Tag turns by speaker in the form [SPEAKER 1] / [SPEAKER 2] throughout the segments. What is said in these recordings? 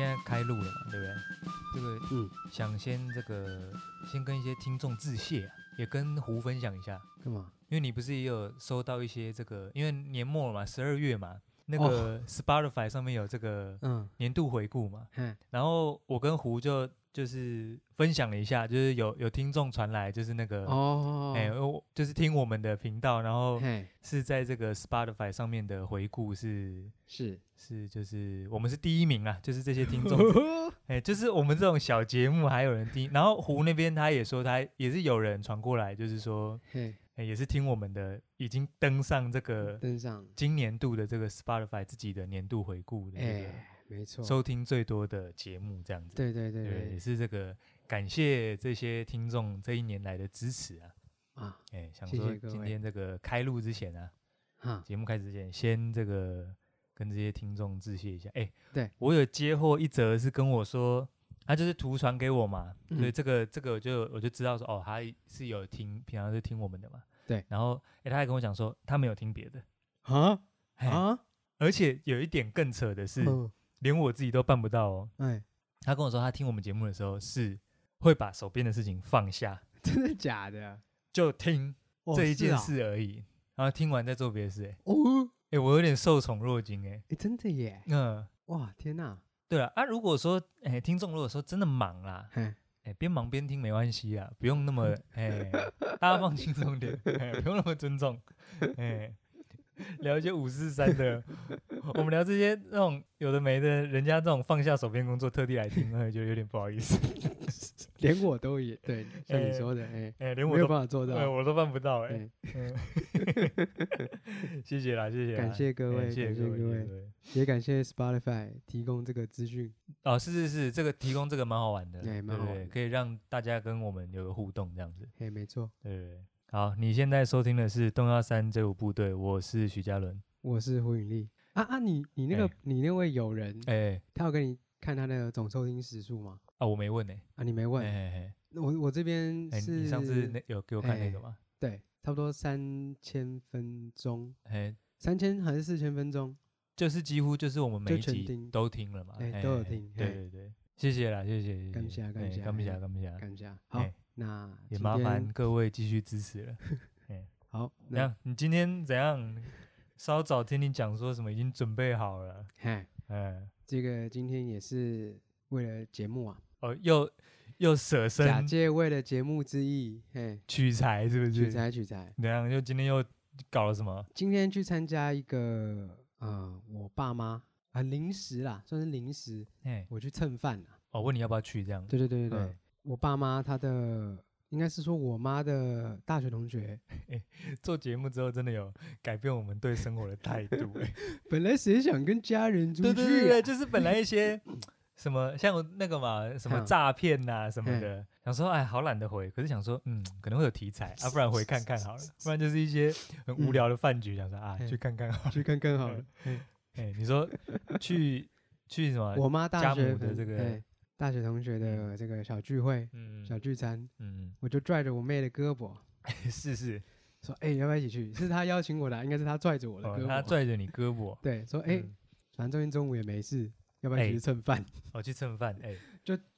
[SPEAKER 1] 啊开录了嘛，对不对？这个
[SPEAKER 2] 嗯，
[SPEAKER 1] 想先这个先跟一些听众致谢、啊，也跟胡分享一下，
[SPEAKER 2] 干嘛？
[SPEAKER 1] 因为你不是也有收到一些这个，因为年末了嘛，十二月嘛，那
[SPEAKER 2] 哦
[SPEAKER 1] 个 Spotify 上面有这个
[SPEAKER 2] 嗯，
[SPEAKER 1] 年度回顾嘛，
[SPEAKER 2] 嘿，
[SPEAKER 1] 然后我跟胡就就是分享了一下，就是有有听众传来，就是那个。
[SPEAKER 2] 哦，
[SPEAKER 1] 哎、我就是听我们的频道，然后
[SPEAKER 2] 嘿，
[SPEAKER 1] 是在这个 Spotify 上面的回顾是
[SPEAKER 2] 是，，
[SPEAKER 1] 是就是我们是第一名啊，就是这些听众 哎、就是我们这种小节目还有人听，然后胡那边他也说他也是有人传过来，就是说、
[SPEAKER 2] 嘿，
[SPEAKER 1] 哎也是听我们的，已经登上这个
[SPEAKER 2] 登上，
[SPEAKER 1] 今年度的这个 Spotify 自己的年度回顾的这个
[SPEAKER 2] 哎，没错，
[SPEAKER 1] 收听最多的节目这样子，
[SPEAKER 2] 对对对
[SPEAKER 1] 对也
[SPEAKER 2] 对
[SPEAKER 1] 是这个感谢这些听众这一年来的支持啊，
[SPEAKER 2] 啊，
[SPEAKER 1] 哎、想
[SPEAKER 2] 谢
[SPEAKER 1] 说
[SPEAKER 2] 谢各
[SPEAKER 1] 今
[SPEAKER 2] 位
[SPEAKER 1] 天这个开录之前啊，
[SPEAKER 2] 哈，
[SPEAKER 1] 节目开始之前，先这个跟这些听众致谢一下。哎、
[SPEAKER 2] 对
[SPEAKER 1] 我有接获一则是跟我说，他就是图传给我嘛，所以
[SPEAKER 2] 嗯
[SPEAKER 1] 这个这个我就我就知道说，哦，他是有听，平常是听我们的嘛。
[SPEAKER 2] 对
[SPEAKER 1] 然后哎、他还跟我讲说，他没有听别的。
[SPEAKER 2] 啊
[SPEAKER 1] 嘿
[SPEAKER 2] 啊，
[SPEAKER 1] 而且有一点更扯的哎是，
[SPEAKER 2] 嗯，
[SPEAKER 1] 连我自己都办不到哦。
[SPEAKER 2] 哎，
[SPEAKER 1] 他跟我说，他听我们节目的时候是会把手边的事情放下，
[SPEAKER 2] 真的假的？
[SPEAKER 1] 就听
[SPEAKER 2] 哦
[SPEAKER 1] 这一
[SPEAKER 2] 是
[SPEAKER 1] 件
[SPEAKER 2] 啊
[SPEAKER 1] 事而已，然后听完再做别的事、哎、
[SPEAKER 2] 哦，
[SPEAKER 1] 哎，我有点受宠若惊、哎，
[SPEAKER 2] 哎，真的耶，
[SPEAKER 1] 嗯。
[SPEAKER 2] 哇，天哪，
[SPEAKER 1] 对啊，啊，如果说，哎、听众如果说真的忙啦，
[SPEAKER 2] 嘿，
[SPEAKER 1] 哎、边忙边听没关系啊，不用那 么，哎、大家放轻松点、哎不用那么尊重，哎、聊一些五四三的，我们聊这些那种有的没的，人家这种放下手边工作特地来听，哎，就有点不好意思，
[SPEAKER 2] 连我都也对，像你
[SPEAKER 1] 哎
[SPEAKER 2] 说的，哎，
[SPEAKER 1] 哎、连我
[SPEAKER 2] 没有
[SPEAKER 1] 都，
[SPEAKER 2] 办法做
[SPEAKER 1] 哎，
[SPEAKER 2] 到，
[SPEAKER 1] 我都办不到、哎
[SPEAKER 2] 哎，
[SPEAKER 1] 嗯 谢谢啦，谢谢啦，
[SPEAKER 2] 感谢各
[SPEAKER 1] 哎
[SPEAKER 2] 位，
[SPEAKER 1] 谢谢
[SPEAKER 2] 感谢
[SPEAKER 1] 各位，
[SPEAKER 2] 各
[SPEAKER 1] 谢谢
[SPEAKER 2] 位，
[SPEAKER 1] 各位，
[SPEAKER 2] 也感谢 Spotify 提供这个资讯，
[SPEAKER 1] 哦，是是是，这个提供这个蛮好玩的，
[SPEAKER 2] 哎
[SPEAKER 1] 对
[SPEAKER 2] 蛮好
[SPEAKER 1] 对
[SPEAKER 2] 玩的
[SPEAKER 1] 可以让大家跟我们有个互动这样子。
[SPEAKER 2] 哎，没错，
[SPEAKER 1] 对，好，你现在收听的是《动幺三这五部队》，我是徐嘉伦。
[SPEAKER 2] 我是胡允丽。啊啊，你你那个
[SPEAKER 1] 哎
[SPEAKER 2] 你那位友人，
[SPEAKER 1] 哎、
[SPEAKER 2] 他有跟你看他的总收听时数吗？
[SPEAKER 1] 啊，我没问呢、
[SPEAKER 2] 啊，你没
[SPEAKER 1] 哎
[SPEAKER 2] 问。
[SPEAKER 1] 哎哎
[SPEAKER 2] 我我这边
[SPEAKER 1] 哎，
[SPEAKER 2] 是、
[SPEAKER 1] 你上次那有给我看那个
[SPEAKER 2] 哎
[SPEAKER 1] 吗？
[SPEAKER 2] 对，差不多三千分钟，
[SPEAKER 1] 哎、
[SPEAKER 2] 三千还是四千分钟？
[SPEAKER 1] 就是几乎就是我们每
[SPEAKER 2] 就
[SPEAKER 1] 一
[SPEAKER 2] 全
[SPEAKER 1] 集
[SPEAKER 2] 听
[SPEAKER 1] 都听了嘛，
[SPEAKER 2] 哎
[SPEAKER 1] 哎
[SPEAKER 2] 都有
[SPEAKER 1] 哎
[SPEAKER 2] 听
[SPEAKER 1] 对
[SPEAKER 2] 哎
[SPEAKER 1] 对对，谢谢啦，谢谢谢谢，
[SPEAKER 2] 感谢啊感谢啊
[SPEAKER 1] 感谢啊
[SPEAKER 2] 哎
[SPEAKER 1] 感谢啊，
[SPEAKER 2] 看一下。好，
[SPEAKER 1] 哎
[SPEAKER 2] 那
[SPEAKER 1] 也
[SPEAKER 2] 今
[SPEAKER 1] 麻
[SPEAKER 2] 天
[SPEAKER 1] 烦。各位继续支持了。
[SPEAKER 2] 好，
[SPEAKER 1] 怎
[SPEAKER 2] 那
[SPEAKER 1] 样？你今天怎样？稍早听你讲说什么已经准备好了，
[SPEAKER 2] 嘿，
[SPEAKER 1] 嗯，
[SPEAKER 2] 这个今天也是为了节目啊，
[SPEAKER 1] 哦，又又舍
[SPEAKER 2] 假
[SPEAKER 1] 身
[SPEAKER 2] 借为了节目之意，嘿，
[SPEAKER 1] 取材是不是？
[SPEAKER 2] 取材取材。
[SPEAKER 1] 怎样？又今天又搞了什么？
[SPEAKER 2] 今天去参加一个呃，我爸妈啊临时啦，算是临时，
[SPEAKER 1] 哎、
[SPEAKER 2] 我去蹭饭啊啦。
[SPEAKER 1] 哦，问你要不要去这样？
[SPEAKER 2] 对对对对对，
[SPEAKER 1] 嗯
[SPEAKER 2] 我爸妈他的应该是说我妈的大学同学，
[SPEAKER 1] 嗯做节目之后，真的有改变我们对生活的态 度、欸。
[SPEAKER 2] 本来谁想跟家人出去、
[SPEAKER 1] 对
[SPEAKER 2] 啊？
[SPEAKER 1] 对对对，就是本来一些什么像那个嘛，什么
[SPEAKER 2] 嗯
[SPEAKER 1] 诈骗呐什么的，想说哎，好懒得回，可是想说嗯，可能会有题材啊，不然回看看好了，不然就是一些很无
[SPEAKER 2] 嗯
[SPEAKER 1] 聊的饭局，想说啊，去
[SPEAKER 2] 嘿
[SPEAKER 1] 看看好了。
[SPEAKER 2] 去看看好了。
[SPEAKER 1] 哎，你说去去什么？
[SPEAKER 2] 我妈大
[SPEAKER 1] 啊家
[SPEAKER 2] 学
[SPEAKER 1] 母的
[SPEAKER 2] 朋
[SPEAKER 1] 这个
[SPEAKER 2] 哎大学同学的这个小聚会、
[SPEAKER 1] 嗯
[SPEAKER 2] 小聚餐，
[SPEAKER 1] 嗯，
[SPEAKER 2] 我就拽着我妹的胳膊
[SPEAKER 1] 嗯是是，
[SPEAKER 2] 说：“哎、要不要一起去？”是她邀请我的啊，应该是她拽着我的胳
[SPEAKER 1] 哦
[SPEAKER 2] 膊。
[SPEAKER 1] 他拽着你胳膊，
[SPEAKER 2] 对说：“哎、
[SPEAKER 1] 嗯
[SPEAKER 2] 反正中间中午也没事，要不要一
[SPEAKER 1] 哎
[SPEAKER 2] 起去蹭饭
[SPEAKER 1] 哦去蹭饭，哎，？”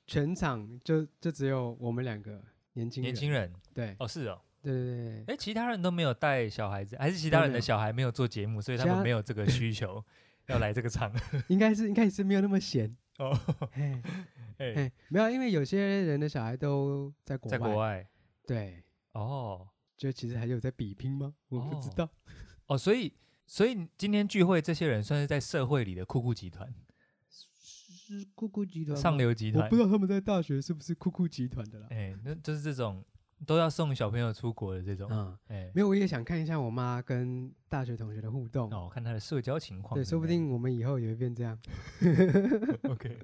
[SPEAKER 2] 全场就就只有我们两个年轻人
[SPEAKER 1] 年轻人
[SPEAKER 2] 对
[SPEAKER 1] 哦是哦，
[SPEAKER 2] 对对对对，
[SPEAKER 1] 哎，其他人都没有带小孩子，还是其
[SPEAKER 2] 都
[SPEAKER 1] 他人
[SPEAKER 2] 没
[SPEAKER 1] 的
[SPEAKER 2] 有
[SPEAKER 1] 小孩没有做节目，所以他
[SPEAKER 2] 其
[SPEAKER 1] 们
[SPEAKER 2] 他
[SPEAKER 1] 没有这个需 求要来这个场。
[SPEAKER 2] 应该是应该是没有那么闲。
[SPEAKER 1] 哦，
[SPEAKER 2] 嘿
[SPEAKER 1] 哎，
[SPEAKER 2] 嘿，没有，因为有些人的小孩都在国
[SPEAKER 1] 在
[SPEAKER 2] 外，
[SPEAKER 1] 国外
[SPEAKER 2] 对，
[SPEAKER 1] 哦
[SPEAKER 2] 就其实还有在比拼吗？我不知
[SPEAKER 1] 哦
[SPEAKER 2] 道。
[SPEAKER 1] 哦，所以所以今天聚会这些人算是在社会里的酷酷集团、
[SPEAKER 2] 是酷酷集团吗
[SPEAKER 1] 上流集
[SPEAKER 2] 呃我
[SPEAKER 1] 团
[SPEAKER 2] 不。知道他们在大学是不是酷酷集团的啦。
[SPEAKER 1] 哎，那就是这种都要送小朋友出国的这种。
[SPEAKER 2] 嗯，
[SPEAKER 1] 哎，
[SPEAKER 2] 没有，我也想看一下我妈跟大学同学的互动。
[SPEAKER 1] 哦，我哎看他的社交情况
[SPEAKER 2] 对，
[SPEAKER 1] 怎么样。
[SPEAKER 2] 说不定我们以后也会变这样。
[SPEAKER 1] OK，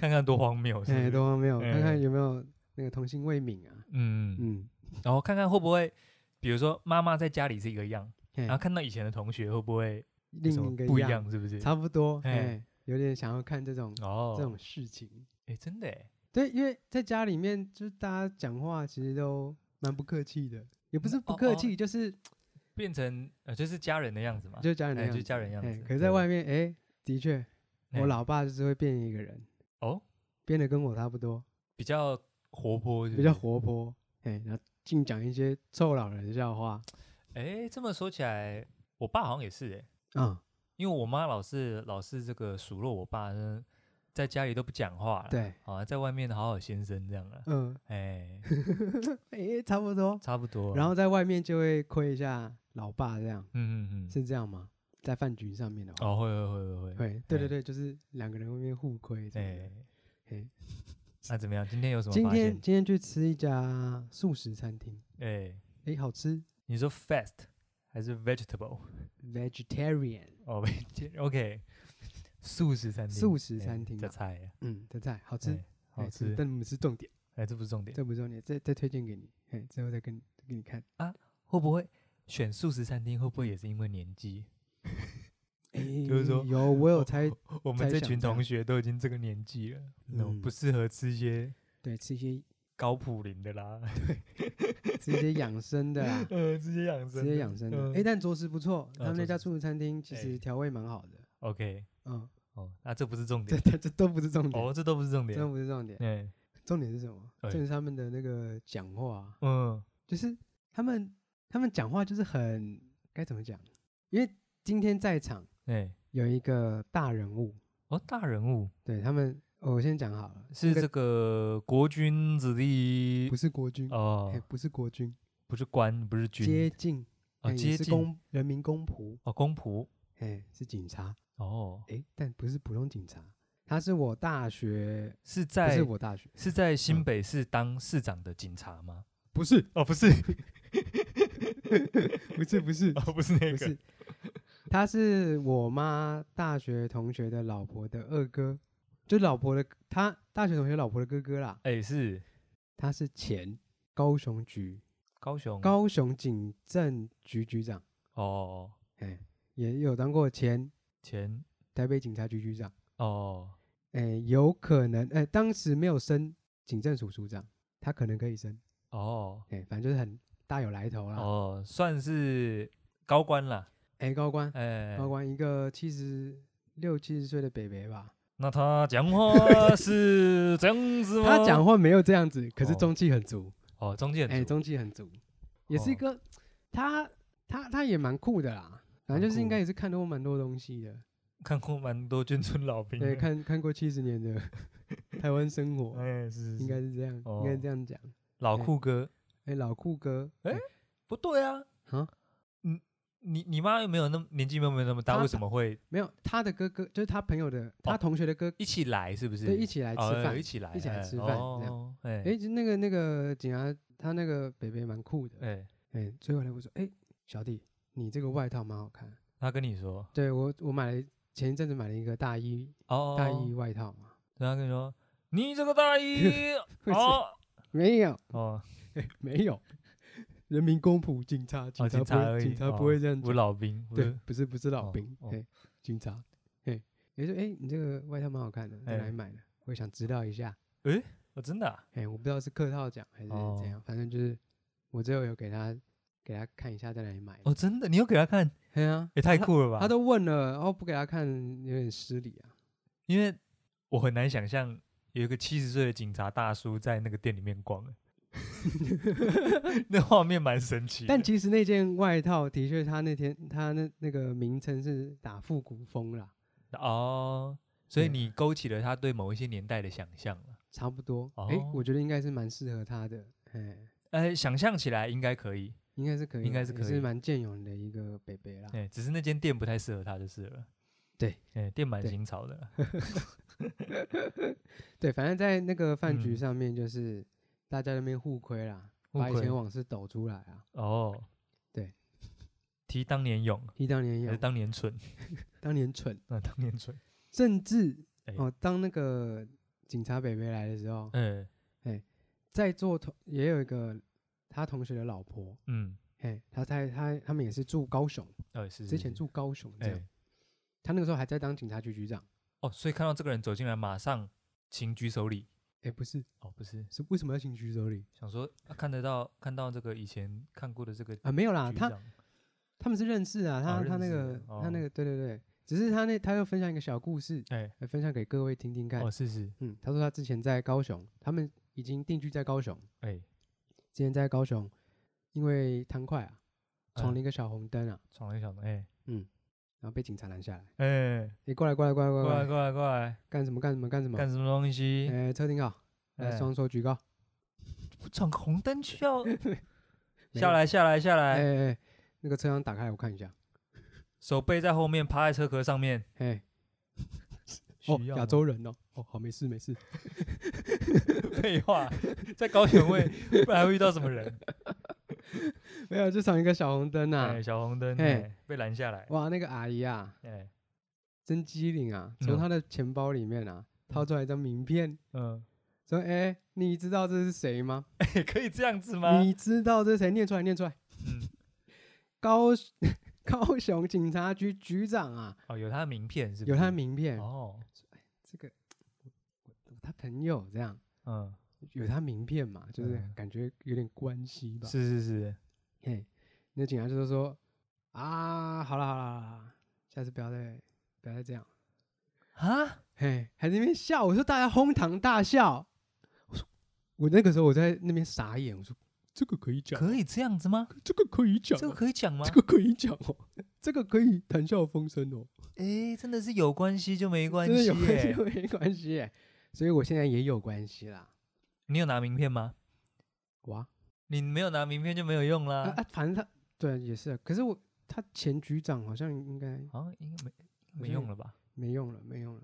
[SPEAKER 1] 看看多荒谬，是不
[SPEAKER 2] 哎，
[SPEAKER 1] 是
[SPEAKER 2] 都没有，看
[SPEAKER 1] 哎
[SPEAKER 2] 看有没有那个童心未泯啊。
[SPEAKER 1] 嗯，
[SPEAKER 2] 嗯，
[SPEAKER 1] 然后看看会不会，比如说妈妈在家里是一个样，
[SPEAKER 2] 嘿
[SPEAKER 1] 然后看到以前的同学会不会有什
[SPEAKER 2] 另
[SPEAKER 1] 么
[SPEAKER 2] 一个
[SPEAKER 1] 不一，样，是不是？
[SPEAKER 2] 差不多。
[SPEAKER 1] 哎
[SPEAKER 2] 哎，有点想要看这种
[SPEAKER 1] 哦，
[SPEAKER 2] 这种事情。
[SPEAKER 1] 哎，真的哎，
[SPEAKER 2] 对，因为在家里面，就是大家讲话其实都蛮不客气的，也不是
[SPEAKER 1] 哦
[SPEAKER 2] 不客
[SPEAKER 1] 哦
[SPEAKER 2] 气，就是
[SPEAKER 1] 变成呃，就是家人的样子嘛，
[SPEAKER 2] 就是家人的
[SPEAKER 1] 哎
[SPEAKER 2] 样
[SPEAKER 1] 就是
[SPEAKER 2] 子。
[SPEAKER 1] 家人样
[SPEAKER 2] 哎
[SPEAKER 1] 子。
[SPEAKER 2] 可
[SPEAKER 1] 对
[SPEAKER 2] 是在外面，哎，的确我老爸就是会变一个人，
[SPEAKER 1] 哦，
[SPEAKER 2] 变得跟我差不多，
[SPEAKER 1] 比较活泼，
[SPEAKER 2] 比较。活泼，哎、然后净讲一些臭老人笑话
[SPEAKER 1] 哎，这么说起来，我爸好像也是哎，
[SPEAKER 2] 啊、
[SPEAKER 1] 因为我妈老是老是这个数落我爸，嗯在家里都不讲话了，，
[SPEAKER 2] 对，
[SPEAKER 1] 好、在外面好好先生这样啊，
[SPEAKER 2] 嗯，
[SPEAKER 1] 哎，
[SPEAKER 2] 哎、差不多。
[SPEAKER 1] 差不多啊。
[SPEAKER 2] 然后在外面就会亏一下老爸，这样
[SPEAKER 1] 嗯，嗯嗯嗯，
[SPEAKER 2] 是这样吗？在饭局上面的话，
[SPEAKER 1] 哦，会会会会会，
[SPEAKER 2] 会，对对
[SPEAKER 1] 哎
[SPEAKER 2] 对，就是两个人会面互亏这样
[SPEAKER 1] 哎
[SPEAKER 2] 的。，嘿
[SPEAKER 1] 那怎么样？今天有什么
[SPEAKER 2] 今
[SPEAKER 1] 发
[SPEAKER 2] 天
[SPEAKER 1] 现？
[SPEAKER 2] 今天去吃一家素食餐厅，
[SPEAKER 1] 哎，
[SPEAKER 2] 哎，好吃
[SPEAKER 1] 你说 fast 还是 vegetable？
[SPEAKER 2] ，vegetarian
[SPEAKER 1] 哦，OK，素食餐厅，
[SPEAKER 2] 素食
[SPEAKER 1] 哎
[SPEAKER 2] 餐厅
[SPEAKER 1] 这
[SPEAKER 2] 嘛，
[SPEAKER 1] 菜啊
[SPEAKER 2] 嗯，的菜好吃
[SPEAKER 1] 哎，好
[SPEAKER 2] 哎
[SPEAKER 1] 吃，
[SPEAKER 2] 但不是重点，
[SPEAKER 1] 哎，这不是重点，
[SPEAKER 2] 这不是重点，再再推荐给你，哎，之后再跟给你看。
[SPEAKER 1] 会不会选素食餐厅？会不会也是因为年纪？
[SPEAKER 2] 就是
[SPEAKER 1] 哎说哦
[SPEAKER 2] 有我有猜，
[SPEAKER 1] 我们
[SPEAKER 2] 猜
[SPEAKER 1] 这
[SPEAKER 2] 想
[SPEAKER 1] 群
[SPEAKER 2] 这样
[SPEAKER 1] 同学都已经这个年纪了，那
[SPEAKER 2] 嗯
[SPEAKER 1] 不适合吃一些
[SPEAKER 2] 对，吃一些
[SPEAKER 1] 高普林的啦，，
[SPEAKER 2] 吃一些养生的啦
[SPEAKER 1] 呃，直接 养
[SPEAKER 2] 直
[SPEAKER 1] 生，嗯哦
[SPEAKER 2] 接养生的，哎，但着实不错，他们
[SPEAKER 1] 着
[SPEAKER 2] 那家
[SPEAKER 1] 实
[SPEAKER 2] 素食餐厅其
[SPEAKER 1] 哎
[SPEAKER 2] 实调味蛮好的，
[SPEAKER 1] OK，
[SPEAKER 2] 嗯，
[SPEAKER 1] 哦，那这不是重
[SPEAKER 2] 这
[SPEAKER 1] 点，
[SPEAKER 2] 这这都不是重点，
[SPEAKER 1] 哦，这都不是重
[SPEAKER 2] 这
[SPEAKER 1] 点
[SPEAKER 2] 都，不是重点，
[SPEAKER 1] 嗯
[SPEAKER 2] 重点是什么？
[SPEAKER 1] 哎
[SPEAKER 2] 重点是他们的那个讲话啊，
[SPEAKER 1] 嗯，
[SPEAKER 2] 就是他们他们讲话就是很该怎么讲？因为今天在场
[SPEAKER 1] 哎，
[SPEAKER 2] 有一个大人物，
[SPEAKER 1] 哦，大人物
[SPEAKER 2] 对他们，哦我先讲好了，
[SPEAKER 1] 是这个国军子弟
[SPEAKER 2] 不是国军，
[SPEAKER 1] 哦
[SPEAKER 2] 哎，，不是国军，
[SPEAKER 1] 不是官，不是
[SPEAKER 2] 接
[SPEAKER 1] 军，
[SPEAKER 2] 近，
[SPEAKER 1] 哦，
[SPEAKER 2] 哎也
[SPEAKER 1] 接
[SPEAKER 2] 是
[SPEAKER 1] 近，
[SPEAKER 2] 公人民公仆，
[SPEAKER 1] 哦，公仆，
[SPEAKER 2] 哎，是警察，
[SPEAKER 1] 哦，
[SPEAKER 2] 哎，但不是普通警察，他是我大学，
[SPEAKER 1] 是
[SPEAKER 2] 不
[SPEAKER 1] 在
[SPEAKER 2] 是我大学，
[SPEAKER 1] 是在
[SPEAKER 2] 嗯
[SPEAKER 1] 新北市当市长的警察 吗？
[SPEAKER 2] 不是，
[SPEAKER 1] 哦，不是，
[SPEAKER 2] 不是，不是，
[SPEAKER 1] 哦，不是那
[SPEAKER 2] 不
[SPEAKER 1] 个
[SPEAKER 2] 是， 他是我妈大学同学的老婆的二哥，就老婆的他大学同学老婆的哥哥啦。
[SPEAKER 1] 哎，是
[SPEAKER 2] 他是前高雄局
[SPEAKER 1] 高雄
[SPEAKER 2] 高雄警政局局长，
[SPEAKER 1] 哦，
[SPEAKER 2] 哎，也有当过前
[SPEAKER 1] 前
[SPEAKER 2] 台北警察局局长，
[SPEAKER 1] 哦，
[SPEAKER 2] 哎，有可能哎，当时没有升警政署署长，他可能可以升，
[SPEAKER 1] 哦
[SPEAKER 2] 哎，反正就是很大有来头啦。
[SPEAKER 1] 哦，算是高官啦，
[SPEAKER 2] 哎，高官，
[SPEAKER 1] 哎，
[SPEAKER 2] 高官一个七十六七十岁的北北吧，
[SPEAKER 1] 那他讲话是这样子吗？
[SPEAKER 2] 他讲话没有这样子，可是
[SPEAKER 1] 哦
[SPEAKER 2] 中气很足，
[SPEAKER 1] 哦，中间
[SPEAKER 2] 哎，中气很足，也是一
[SPEAKER 1] 哦
[SPEAKER 2] 个他他他也蛮酷的啦，反正就是
[SPEAKER 1] 蛮
[SPEAKER 2] 应
[SPEAKER 1] 酷
[SPEAKER 2] 该也是看过蛮多东西的。
[SPEAKER 1] 看过蛮多眷村老兵的，
[SPEAKER 2] 对，看看过七十 年的台湾生活，
[SPEAKER 1] 哎是
[SPEAKER 2] 应
[SPEAKER 1] 是
[SPEAKER 2] 该
[SPEAKER 1] 是
[SPEAKER 2] 是这样，应该是这样讲。
[SPEAKER 1] 老
[SPEAKER 2] 哎
[SPEAKER 1] 酷哥，
[SPEAKER 2] 哎，老酷哥，
[SPEAKER 1] 哦哎不对啊，
[SPEAKER 2] 啊，
[SPEAKER 1] 你你妈又没有那么年纪，又没有那么大，
[SPEAKER 2] 她
[SPEAKER 1] 为什么会
[SPEAKER 2] 没有他的哥哥，就是他朋友的，他
[SPEAKER 1] 哦
[SPEAKER 2] 同学的哥，
[SPEAKER 1] 一起来？是不是？
[SPEAKER 2] 对，一起来吃
[SPEAKER 1] 哦
[SPEAKER 2] 饭
[SPEAKER 1] 一。起来，
[SPEAKER 2] 一起来
[SPEAKER 1] 哎
[SPEAKER 2] 吃饭这样
[SPEAKER 1] 哦哎
[SPEAKER 2] 哎，就那个那个警察，他那个北北蛮酷的。
[SPEAKER 1] 哎，
[SPEAKER 2] 哎，最后来我说，哎，小弟，你这个外套蛮好看。
[SPEAKER 1] 他跟你说
[SPEAKER 2] 对我，我买了前一阵子买了一个大衣
[SPEAKER 1] 哦，
[SPEAKER 2] 大衣外套嘛，
[SPEAKER 1] 对，他跟你说你这个大衣
[SPEAKER 2] 为什么
[SPEAKER 1] 哦
[SPEAKER 2] 没有
[SPEAKER 1] 哦，
[SPEAKER 2] 没有，人民公仆警察警
[SPEAKER 1] 哦
[SPEAKER 2] 察
[SPEAKER 1] 警
[SPEAKER 2] 不
[SPEAKER 1] 察而
[SPEAKER 2] 会
[SPEAKER 1] 已，
[SPEAKER 2] 警察不
[SPEAKER 1] 哦
[SPEAKER 2] 会这样
[SPEAKER 1] 我
[SPEAKER 2] 讲。
[SPEAKER 1] 老兵，我
[SPEAKER 2] 对
[SPEAKER 1] 是，
[SPEAKER 2] 不是不是老
[SPEAKER 1] 哦
[SPEAKER 2] 兵，哎、
[SPEAKER 1] 哦
[SPEAKER 2] 警察，哎、也就哎、你这个外套蛮好看的，在哪
[SPEAKER 1] 哎
[SPEAKER 2] 里买的？我想知道一下，
[SPEAKER 1] 我真的啊
[SPEAKER 2] 哎、我不知道是客套讲还是
[SPEAKER 1] 哦
[SPEAKER 2] 怎样，反正就是我最后有给他给他看一下在哪里买的，
[SPEAKER 1] 哦，真的，你有给他看，
[SPEAKER 2] 对啊，
[SPEAKER 1] 也太
[SPEAKER 2] 哎他
[SPEAKER 1] 酷了吧？
[SPEAKER 2] 他都问了，然后不给他看有点失礼啊，
[SPEAKER 1] 因为我很难想象有一个七十岁的警察大叔在那个店里面逛， 那画面蛮神奇的。
[SPEAKER 2] 但其实那件外套的确，他那天他那那个名称是打复古风啦，
[SPEAKER 1] 哦，所以
[SPEAKER 2] 对
[SPEAKER 1] 你勾起了他对某一些年代的想象了。
[SPEAKER 2] 差不多，哎、我
[SPEAKER 1] 哦
[SPEAKER 2] 觉得应该是蛮适合他的，哎、
[SPEAKER 1] 呃，想象起来应该可以，
[SPEAKER 2] 应该是可以啦，
[SPEAKER 1] 应该是
[SPEAKER 2] 也
[SPEAKER 1] 可
[SPEAKER 2] 是
[SPEAKER 1] 以
[SPEAKER 2] 蛮健勇的一个北北啦。
[SPEAKER 1] 哎、只是那间店不太适合他就是了。
[SPEAKER 2] 啊对，
[SPEAKER 1] 哎、店蛮
[SPEAKER 2] 对
[SPEAKER 1] 新潮的啦。
[SPEAKER 2] 对，反正在那个饭局
[SPEAKER 1] 嗯
[SPEAKER 2] 上面，就是大家在那边互亏啦，
[SPEAKER 1] 互
[SPEAKER 2] 把以前
[SPEAKER 1] 亏
[SPEAKER 2] 往事抖出来啊。
[SPEAKER 1] 哦，
[SPEAKER 2] 对，
[SPEAKER 1] 提当年勇
[SPEAKER 2] 一当年
[SPEAKER 1] 还是
[SPEAKER 2] 有，
[SPEAKER 1] 当年蠢？
[SPEAKER 2] 当年蠢，
[SPEAKER 1] 那、当年蠢。
[SPEAKER 2] 甚至
[SPEAKER 1] 哎
[SPEAKER 2] 哦，当那个警察北北来的时候，
[SPEAKER 1] 嗯、
[SPEAKER 2] 在座同也有一个他同学的老婆，
[SPEAKER 1] 嗯，
[SPEAKER 2] 嘿，他在他他们也是住高雄，
[SPEAKER 1] 呃是
[SPEAKER 2] 之
[SPEAKER 1] 是
[SPEAKER 2] 前
[SPEAKER 1] 是
[SPEAKER 2] 住高雄这
[SPEAKER 1] 哎、
[SPEAKER 2] 样。他那个时候还在当警察局局长，
[SPEAKER 1] 哦，所以看到这个人走进来，马上请举手礼。
[SPEAKER 2] 哎，不是，
[SPEAKER 1] 哦，不是，
[SPEAKER 2] 是为什么要请徐手里
[SPEAKER 1] 想说、啊看得到看到这个以前看过的这个
[SPEAKER 2] 啊？没有啦，
[SPEAKER 1] 局
[SPEAKER 2] 他
[SPEAKER 1] 长
[SPEAKER 2] 他们是认识啊，他
[SPEAKER 1] 哦
[SPEAKER 2] 他
[SPEAKER 1] 认
[SPEAKER 2] 那
[SPEAKER 1] 识
[SPEAKER 2] 个
[SPEAKER 1] 的
[SPEAKER 2] 他那
[SPEAKER 1] 哦
[SPEAKER 2] 个对对对，只是他那他又分享一个小故事，
[SPEAKER 1] 哎，
[SPEAKER 2] 来分享给各位听听看
[SPEAKER 1] 哦，。是是，
[SPEAKER 2] 嗯，他说他之前在高雄，他们已经定居在高雄，
[SPEAKER 1] 哎，
[SPEAKER 2] 之前在高雄，因为贪快啊，闯了
[SPEAKER 1] 嗯
[SPEAKER 2] 一个小红灯啊，
[SPEAKER 1] 闯了一小洞，哎
[SPEAKER 2] 然后被警察拦下来，
[SPEAKER 1] 哎，
[SPEAKER 2] 你过来过来过来过
[SPEAKER 1] 过
[SPEAKER 2] 来
[SPEAKER 1] 来
[SPEAKER 2] 过
[SPEAKER 1] 过来
[SPEAKER 2] 来，
[SPEAKER 1] 过来，
[SPEAKER 2] 干什么干什么干什么？
[SPEAKER 1] 干什么东西？
[SPEAKER 2] 哎，车停好，来
[SPEAKER 1] 哎
[SPEAKER 2] 双手举高，
[SPEAKER 1] 不闯红灯需 要
[SPEAKER 2] 没
[SPEAKER 1] 下
[SPEAKER 2] 有，
[SPEAKER 1] 来下来下
[SPEAKER 2] 哎
[SPEAKER 1] 来，
[SPEAKER 2] 哎，哎那个车厢打开来我看一下，
[SPEAKER 1] 手背在后面，趴在车壳上面。
[SPEAKER 2] 哎，哦，
[SPEAKER 1] 需要
[SPEAKER 2] 亚
[SPEAKER 1] 吗
[SPEAKER 2] 洲人哦，哦，好没事没 事，
[SPEAKER 1] 废话，在高雄会 不然还会遇到什么人？
[SPEAKER 2] 没有，就闯一个小红灯 啊
[SPEAKER 1] 哎，，小红灯，
[SPEAKER 2] 哎
[SPEAKER 1] 哎，被拦下来，
[SPEAKER 2] 哇，那个阿姨啊，
[SPEAKER 1] 哎，
[SPEAKER 2] 真机灵啊，
[SPEAKER 1] 嗯
[SPEAKER 2] 从她的钱包里面啊掏
[SPEAKER 1] 嗯
[SPEAKER 2] 出来一张名片，
[SPEAKER 1] 嗯，
[SPEAKER 2] 说，哎，你知道这是谁吗？
[SPEAKER 1] 哎， 可以这样子吗？
[SPEAKER 2] 你知道这是谁？念出来，念出来。
[SPEAKER 1] 嗯
[SPEAKER 2] 高 高雄警察局局长啊，
[SPEAKER 1] 哦，有他的名片是不是？
[SPEAKER 2] 有他的名片，
[SPEAKER 1] 哦，
[SPEAKER 2] 这个我我他朋友这样
[SPEAKER 1] 嗯，
[SPEAKER 2] 有他名片嘛，就是
[SPEAKER 1] 嗯
[SPEAKER 2] 感觉有点关系吧。
[SPEAKER 1] 是是是，
[SPEAKER 2] 嘿，那警察就是说啊，好了好了好了，下次不要再不要再这样。
[SPEAKER 1] 啊，
[SPEAKER 2] 嘿，还在那边笑，我说大家哄堂大笑，我说我那个时候我在那边傻眼，我说这个可以讲哦，
[SPEAKER 1] 可以这样子吗？
[SPEAKER 2] 这个可以讲
[SPEAKER 1] 这
[SPEAKER 2] 哦，
[SPEAKER 1] 个可以讲吗
[SPEAKER 2] 这？个可以讲哦，这个可以谈笑风生哦，
[SPEAKER 1] 哎，真的是有关系就没关
[SPEAKER 2] 真的
[SPEAKER 1] 系哎
[SPEAKER 2] 有关系
[SPEAKER 1] 耶
[SPEAKER 2] 就。没关系耶，所以我现在也有关系啦，
[SPEAKER 1] 你有拿名片吗？
[SPEAKER 2] 哇
[SPEAKER 1] 你没有拿名片就没有用
[SPEAKER 2] 啊
[SPEAKER 1] 啦。
[SPEAKER 2] 啊，反正他对也是啊，可是我他前局长好像应该
[SPEAKER 1] 好像应该没没
[SPEAKER 2] 像
[SPEAKER 1] 用了吧？
[SPEAKER 2] 没用了，没用了，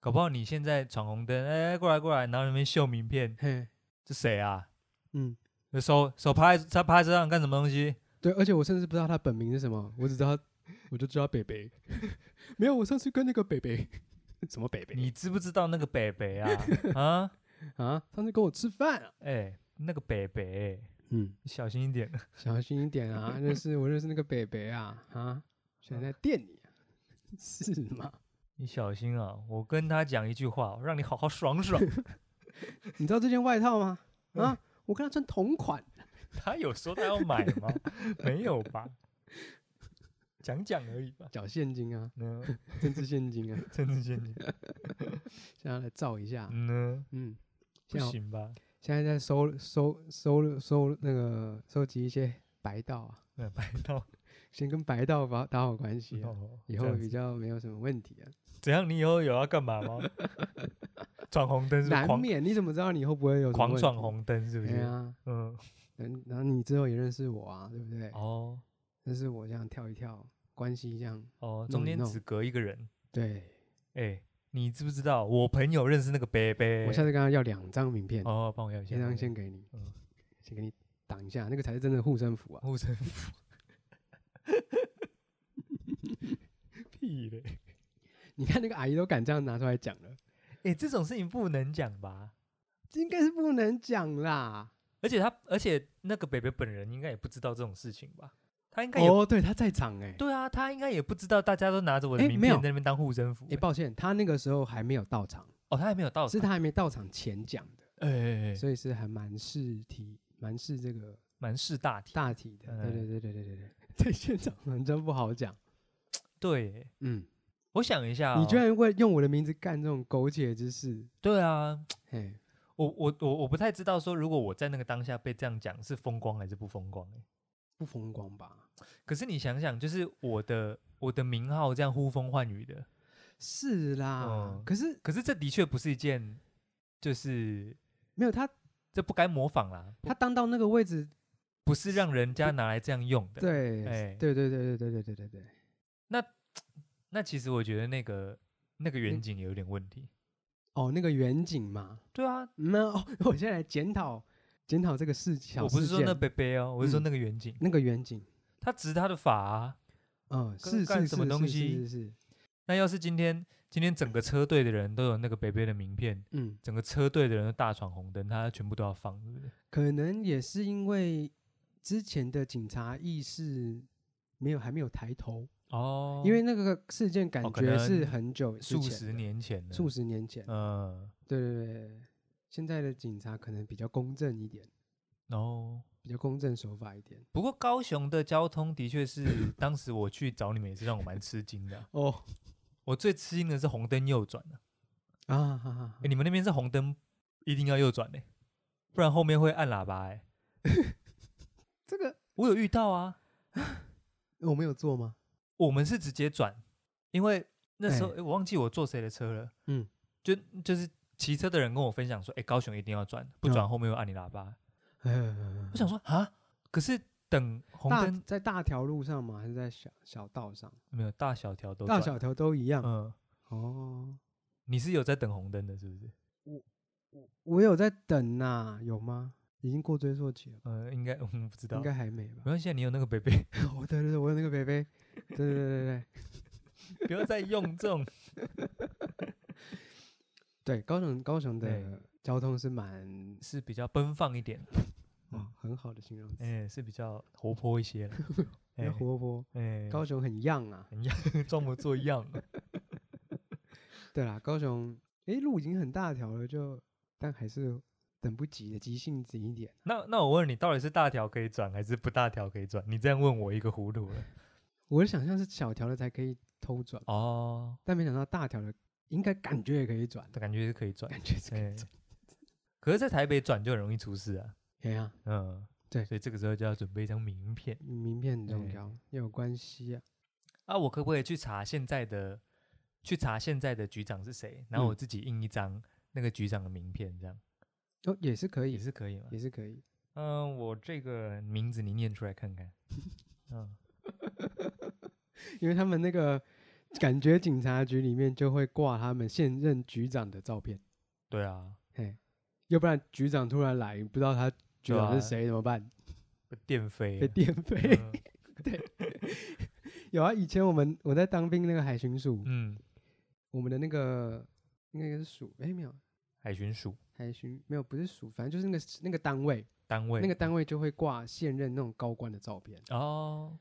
[SPEAKER 1] 搞不好你现在闯红灯，哎，过来过来，然后那边秀名片，
[SPEAKER 2] 嘿，
[SPEAKER 1] 这谁啊？
[SPEAKER 2] 嗯，
[SPEAKER 1] 手手趴在他趴在车上干什么东西？
[SPEAKER 2] 对，而且我甚至不知道他本名是什么，我只知道他我就知道北北， 没有，我上次跟那个北北 什么北北
[SPEAKER 1] 你知不知道那个北北 啊？啊，
[SPEAKER 2] 啊，上次跟我吃饭啊，
[SPEAKER 1] 哎、那个北北，
[SPEAKER 2] 嗯，
[SPEAKER 1] 你小心一点。
[SPEAKER 2] 小心一点 啊，认识我认识那个北北啊啊，现在在电你、啊， 是吗？
[SPEAKER 1] 你小心啊！我跟他讲一句话，让你好好爽 爽。
[SPEAKER 2] 你知道这件外套吗？啊，我跟他穿同款，
[SPEAKER 1] 他有说他要买吗？没有吧，讲讲而已吧。
[SPEAKER 2] 缴现金啊，
[SPEAKER 1] 嗯，
[SPEAKER 2] 政治现金啊，
[SPEAKER 1] 真的陷阱。
[SPEAKER 2] 现在来照一下。
[SPEAKER 1] 嗯呢，
[SPEAKER 2] 嗯，
[SPEAKER 1] 不
[SPEAKER 2] 现在我
[SPEAKER 1] 行吧？
[SPEAKER 2] 现在在收收收收那个收集一些白道啊，
[SPEAKER 1] 那白道。
[SPEAKER 2] 先跟白道打打好关系啊，
[SPEAKER 1] 哦
[SPEAKER 2] 以
[SPEAKER 1] 这
[SPEAKER 2] 后
[SPEAKER 1] 样
[SPEAKER 2] 比
[SPEAKER 1] 子
[SPEAKER 2] 较没有什么问题啊。
[SPEAKER 1] 怎样？你以后有要干嘛吗？闯红灯是不是
[SPEAKER 2] 难
[SPEAKER 1] 狂
[SPEAKER 2] 免你怎么知道你以后不会有什么
[SPEAKER 1] 狂
[SPEAKER 2] 问
[SPEAKER 1] 闯
[SPEAKER 2] 题？
[SPEAKER 1] 红灯是不
[SPEAKER 2] 对
[SPEAKER 1] 是？
[SPEAKER 2] 啊，
[SPEAKER 1] 嗯，
[SPEAKER 2] 然然后你之后也认识我啊，对不对？
[SPEAKER 1] 哦
[SPEAKER 2] 但是我这样跳一跳，关系这样，
[SPEAKER 1] 哦，
[SPEAKER 2] 弄
[SPEAKER 1] 中
[SPEAKER 2] 一
[SPEAKER 1] 间
[SPEAKER 2] 弄
[SPEAKER 1] 只隔一个人。
[SPEAKER 2] 对
[SPEAKER 1] 哎、你知不知道我朋友认识那个北北？
[SPEAKER 2] 我下次跟他要两张名片，
[SPEAKER 1] 哦，帮我要一下
[SPEAKER 2] 一
[SPEAKER 1] 帮我要
[SPEAKER 2] 张先给你
[SPEAKER 1] 嗯，
[SPEAKER 2] 先给你挡一下，那个才是真的护身符啊。
[SPEAKER 1] 护身符，屁嘞！
[SPEAKER 2] 你看那个阿姨都敢这样拿出来讲了，
[SPEAKER 1] 哎、这种事情不能讲吧？
[SPEAKER 2] 这应该是不能讲啦。
[SPEAKER 1] 而且他，而且那个北北本人应该也不知道这种事情吧？他应该也、
[SPEAKER 2] 哦，对，她在场哎、
[SPEAKER 1] 对啊，他应该也不知道大家都拿着我的
[SPEAKER 2] 哎
[SPEAKER 1] 名
[SPEAKER 2] 没
[SPEAKER 1] 片
[SPEAKER 2] 有
[SPEAKER 1] 在那边当护身符
[SPEAKER 2] 哎、
[SPEAKER 1] 欸、
[SPEAKER 2] 抱歉，她那个时候还没有到场，
[SPEAKER 1] 哦，他还没有到
[SPEAKER 2] 是
[SPEAKER 1] 场，
[SPEAKER 2] 她还没到场前讲的，
[SPEAKER 1] 哎哎哎，
[SPEAKER 2] 所以是还蛮是题，蛮是这个
[SPEAKER 1] 蛮是大体。
[SPEAKER 2] 大体的。对
[SPEAKER 1] 哎
[SPEAKER 2] 对对对对对 对，在现场很真不好讲。
[SPEAKER 1] 对欸，
[SPEAKER 2] 嗯，
[SPEAKER 1] 我想一下、哦，
[SPEAKER 2] 你居然会用我的名字干这种苟且之事，
[SPEAKER 1] 对啊，
[SPEAKER 2] 嘿，
[SPEAKER 1] 我我我我不太知道说，如果我在那个当下被这样讲，是风光还是不风光、欸？
[SPEAKER 2] 不风光吧？
[SPEAKER 1] 可是你想想，就是我的我的名号这样呼风唤雨的，
[SPEAKER 2] 是啦，
[SPEAKER 1] 嗯
[SPEAKER 2] 可是
[SPEAKER 1] 可是这的确不是一件，就是
[SPEAKER 2] 没有她，
[SPEAKER 1] 这不该模仿啦，
[SPEAKER 2] 她当到那个位置，
[SPEAKER 1] 不是让人家拿来这样用的。，
[SPEAKER 2] 对，
[SPEAKER 1] 哎
[SPEAKER 2] 对对对对对对对对对，
[SPEAKER 1] 那其实我觉得那个那个远
[SPEAKER 2] 嗯
[SPEAKER 1] 景也有点问题。
[SPEAKER 2] 哦，那个远景嘛，
[SPEAKER 1] 对啊，
[SPEAKER 2] 那、哦、 我现在来检讨检讨这个事情。
[SPEAKER 1] 我不是说那
[SPEAKER 2] 那
[SPEAKER 1] 贝贝哦，我是说
[SPEAKER 2] 嗯
[SPEAKER 1] 那个远景，
[SPEAKER 2] 那个远景，
[SPEAKER 1] 他执他的法、啊。
[SPEAKER 2] 嗯，
[SPEAKER 1] 跟
[SPEAKER 2] 是
[SPEAKER 1] 干
[SPEAKER 2] 是
[SPEAKER 1] 什么
[SPEAKER 2] 是
[SPEAKER 1] 东
[SPEAKER 2] 是
[SPEAKER 1] 西
[SPEAKER 2] 是是是，
[SPEAKER 1] 那要是今天今天整个车队的人都有那个贝贝的名片，
[SPEAKER 2] 嗯，
[SPEAKER 1] 整个车队的人都大闯红灯，他全部都要放，是不是？
[SPEAKER 2] 可能也是因为之前的警察意识没有还没有抬头，
[SPEAKER 1] 哦，
[SPEAKER 2] 因为那个事件感
[SPEAKER 1] 哦可
[SPEAKER 2] 觉是
[SPEAKER 1] 能
[SPEAKER 2] 很久之
[SPEAKER 1] 数
[SPEAKER 2] 前
[SPEAKER 1] 十
[SPEAKER 2] 的，
[SPEAKER 1] 年前了，
[SPEAKER 2] 数十年前，
[SPEAKER 1] 嗯，
[SPEAKER 2] 对对对对，现在的警察可能比较公正一点，
[SPEAKER 1] 然后。
[SPEAKER 2] 比较公正守法一点。
[SPEAKER 1] 不过高雄的交通的确是，当时我去找你们也是让我蛮吃惊的啊。
[SPEAKER 2] 哦，
[SPEAKER 1] 我最吃惊的是红灯右转啊欸
[SPEAKER 2] 啊，哈哈
[SPEAKER 1] 诶你们那边是红灯一定要右转呢、欸不然后面会按喇叭哎、
[SPEAKER 2] 这个
[SPEAKER 1] 我有遇到啊，
[SPEAKER 2] 我没有做吗？
[SPEAKER 1] 我们是直接转，因为那时候、欸
[SPEAKER 2] 哎
[SPEAKER 1] 诶我忘记我坐谁的车了。
[SPEAKER 2] 嗯，
[SPEAKER 1] 就就是骑车的人跟我分享说，哎、高雄一定要转，
[SPEAKER 2] 嗯
[SPEAKER 1] 不转后面会按你喇叭。
[SPEAKER 2] 呃
[SPEAKER 1] 我想说啊，可是等红
[SPEAKER 2] 大
[SPEAKER 1] 灯
[SPEAKER 2] 在大条路上吗？还是在小小道上？
[SPEAKER 1] 没有大小条都
[SPEAKER 2] 大
[SPEAKER 1] 转
[SPEAKER 2] 小条都一样。
[SPEAKER 1] 嗯，
[SPEAKER 2] 哦，
[SPEAKER 1] 你是有在等红灯的，是不是？
[SPEAKER 2] 我有在等呐、有吗？已经过追溯期了吧，
[SPEAKER 1] 嗯，应该嗯不知道，
[SPEAKER 2] 应
[SPEAKER 1] 没
[SPEAKER 2] 该还没吧？
[SPEAKER 1] 关系，啊，你有那个 baby，
[SPEAKER 2] 哦，对对 对，我有那个北北，对对对对 对
[SPEAKER 1] 不要再用这种。
[SPEAKER 2] 对，高雄高雄
[SPEAKER 1] 对嗯
[SPEAKER 2] 的交通是蛮
[SPEAKER 1] 是比较奔放一点，
[SPEAKER 2] 哦很好的形容词，
[SPEAKER 1] 哎、是比较活泼一些 了
[SPEAKER 2] 比
[SPEAKER 1] 哎、
[SPEAKER 2] 较活泼。
[SPEAKER 1] 哎、
[SPEAKER 2] 高雄很样啊，
[SPEAKER 1] 装模作样了。
[SPEAKER 2] 对啦，高雄诶路已经很大条了，就但还是等不及的，急性子一点。
[SPEAKER 1] 那那我问你，到底是大条可以转还是不大条可以转？你这样问我一个糊涂了。
[SPEAKER 2] 我的想象是小条的才可以偷转，
[SPEAKER 1] 哦，
[SPEAKER 2] 但没想到大条的应该感觉也可以转，
[SPEAKER 1] 但感觉是可以转，
[SPEAKER 2] 感觉是可
[SPEAKER 1] 哎
[SPEAKER 2] 以转。
[SPEAKER 1] 可是，在台北转就很容易出事啊。
[SPEAKER 2] 哎呀、
[SPEAKER 1] 嗯，
[SPEAKER 2] 对
[SPEAKER 1] 所以这个时候就要准备一张名片
[SPEAKER 2] 名片很重
[SPEAKER 1] 哎
[SPEAKER 2] 要，要有关系啊。
[SPEAKER 1] 啊。我可不可以去查现在的，去查现在的局长是谁，然后我
[SPEAKER 2] 嗯
[SPEAKER 1] 自己印一张那个局长的名片，这样
[SPEAKER 2] 哦，也是可
[SPEAKER 1] 也
[SPEAKER 2] 以，
[SPEAKER 1] 是可以吗
[SPEAKER 2] 也？是可以。
[SPEAKER 1] 嗯，我这个名字你念出来看 看。嗯，
[SPEAKER 2] 因为他们那个感觉警察局里面就会挂他们现任局长的照片，
[SPEAKER 1] 对啊，
[SPEAKER 2] 嘿，要不然局长突然来，不知道他局
[SPEAKER 1] 对
[SPEAKER 2] 长
[SPEAKER 1] 啊
[SPEAKER 2] 是谁怎么办？
[SPEAKER 1] 被电飞
[SPEAKER 2] 被
[SPEAKER 1] 了。
[SPEAKER 2] 电飞。
[SPEAKER 1] 嗯
[SPEAKER 2] 有啊，以前我们我在当兵那个海巡署，
[SPEAKER 1] 嗯，
[SPEAKER 2] 我们的那个应该是署，哎、没有
[SPEAKER 1] 海巡署
[SPEAKER 2] 海巡没有不是署，反正就是那个那个单位，
[SPEAKER 1] 单位
[SPEAKER 2] 那个单位就会挂现任那种高官的照片，
[SPEAKER 1] 哦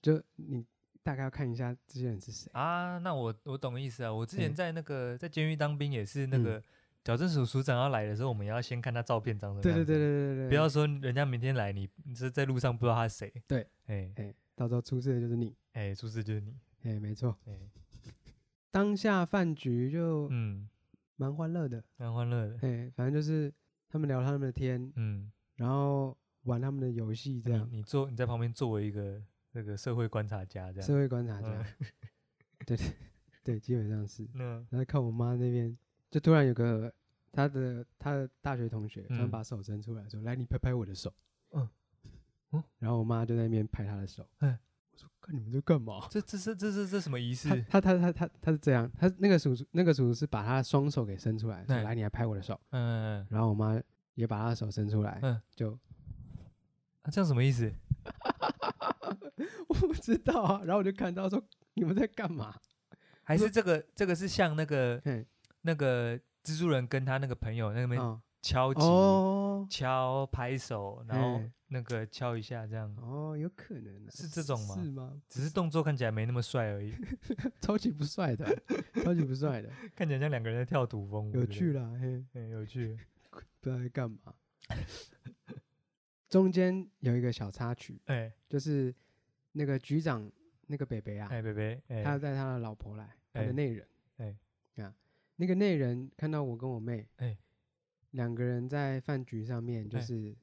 [SPEAKER 2] 就你大概要看一下这些人是谁。
[SPEAKER 1] 啊，那我我懂意思啊。我之
[SPEAKER 2] 哎
[SPEAKER 1] 前在那个在监狱当兵也是那
[SPEAKER 2] 嗯
[SPEAKER 1] 个矫正署署长要来的时候，我们要先看他照片长什么
[SPEAKER 2] 对
[SPEAKER 1] 哦样
[SPEAKER 2] 对
[SPEAKER 1] 子。
[SPEAKER 2] 对对对对，
[SPEAKER 1] 不要说人家明天来，你你是在路上不知道他是谁。
[SPEAKER 2] 对，
[SPEAKER 1] 哎
[SPEAKER 2] 哎、到时候出事的就是你，
[SPEAKER 1] 哎，出事就是你。
[SPEAKER 2] 哎、没错，
[SPEAKER 1] 哎，
[SPEAKER 2] 当下饭局就
[SPEAKER 1] 嗯，
[SPEAKER 2] 蛮欢乐的。
[SPEAKER 1] 蛮欢乐的。
[SPEAKER 2] 哎，反正就是他们聊他们的天，
[SPEAKER 1] 嗯，
[SPEAKER 2] 然后玩他们的游戏，这
[SPEAKER 1] 你
[SPEAKER 2] 样
[SPEAKER 1] 你做你在旁边作为一个那个社会观察家这样。
[SPEAKER 2] 社会观察
[SPEAKER 1] 嗯
[SPEAKER 2] 家，对对，基本上是。
[SPEAKER 1] 那
[SPEAKER 2] 然后看我妈那边，就突然有个她的她的大学同学，突然
[SPEAKER 1] 嗯
[SPEAKER 2] 把手伸出来说：“来，你拍拍我的手。”
[SPEAKER 1] 嗯嗯
[SPEAKER 2] 然后我妈就在那边拍她的手。
[SPEAKER 1] 哎
[SPEAKER 2] 我说：“看你们在干 嘛
[SPEAKER 1] 这这是这是这什么仪？”
[SPEAKER 2] 她
[SPEAKER 1] 式？嗯
[SPEAKER 2] 她她她她她是这样，她那个叔叔那个叔叔是把她的双手给伸出来，说：“
[SPEAKER 1] 哎
[SPEAKER 2] 来，你来拍我的手。”
[SPEAKER 1] 嗯，
[SPEAKER 2] 然后我妈也把她的手伸出来，
[SPEAKER 1] 嗯
[SPEAKER 2] 就
[SPEAKER 1] 啊这样什么意思？
[SPEAKER 2] 我不知道啊。然后我就看到说你们在干嘛？
[SPEAKER 1] 还
[SPEAKER 2] 不
[SPEAKER 1] 是这个这个是像那个
[SPEAKER 2] 嘿，
[SPEAKER 1] 那个蜘蛛人跟他那个朋友那边
[SPEAKER 2] 哦
[SPEAKER 1] 敲击、
[SPEAKER 2] 哦
[SPEAKER 1] 敲拍手，然后
[SPEAKER 2] 嘿
[SPEAKER 1] 那个敲一下这样，
[SPEAKER 2] 哦，有可能啊、
[SPEAKER 1] 是这种吗
[SPEAKER 2] 是吗？
[SPEAKER 1] 只是动作看起来没那么帅而已，
[SPEAKER 2] 超级不帅的，啊超级不帅的，
[SPEAKER 1] 看起来像两个人在跳土风舞。
[SPEAKER 2] 有趣啦，嘿，
[SPEAKER 1] 对不对，嗯，有趣。
[SPEAKER 2] 不知道在干嘛。 中间有一个小插曲，
[SPEAKER 1] 哎
[SPEAKER 2] 就是那个局长那个北北啊，
[SPEAKER 1] 哎，贝贝，
[SPEAKER 2] 他要
[SPEAKER 1] 哎
[SPEAKER 2] 带他的老婆来，他的
[SPEAKER 1] 哎
[SPEAKER 2] 内人，
[SPEAKER 1] 哎
[SPEAKER 2] 啊，那个内人看到我跟我妹，
[SPEAKER 1] 哎，
[SPEAKER 2] 两个人在饭局上面就
[SPEAKER 1] 哎
[SPEAKER 2] 是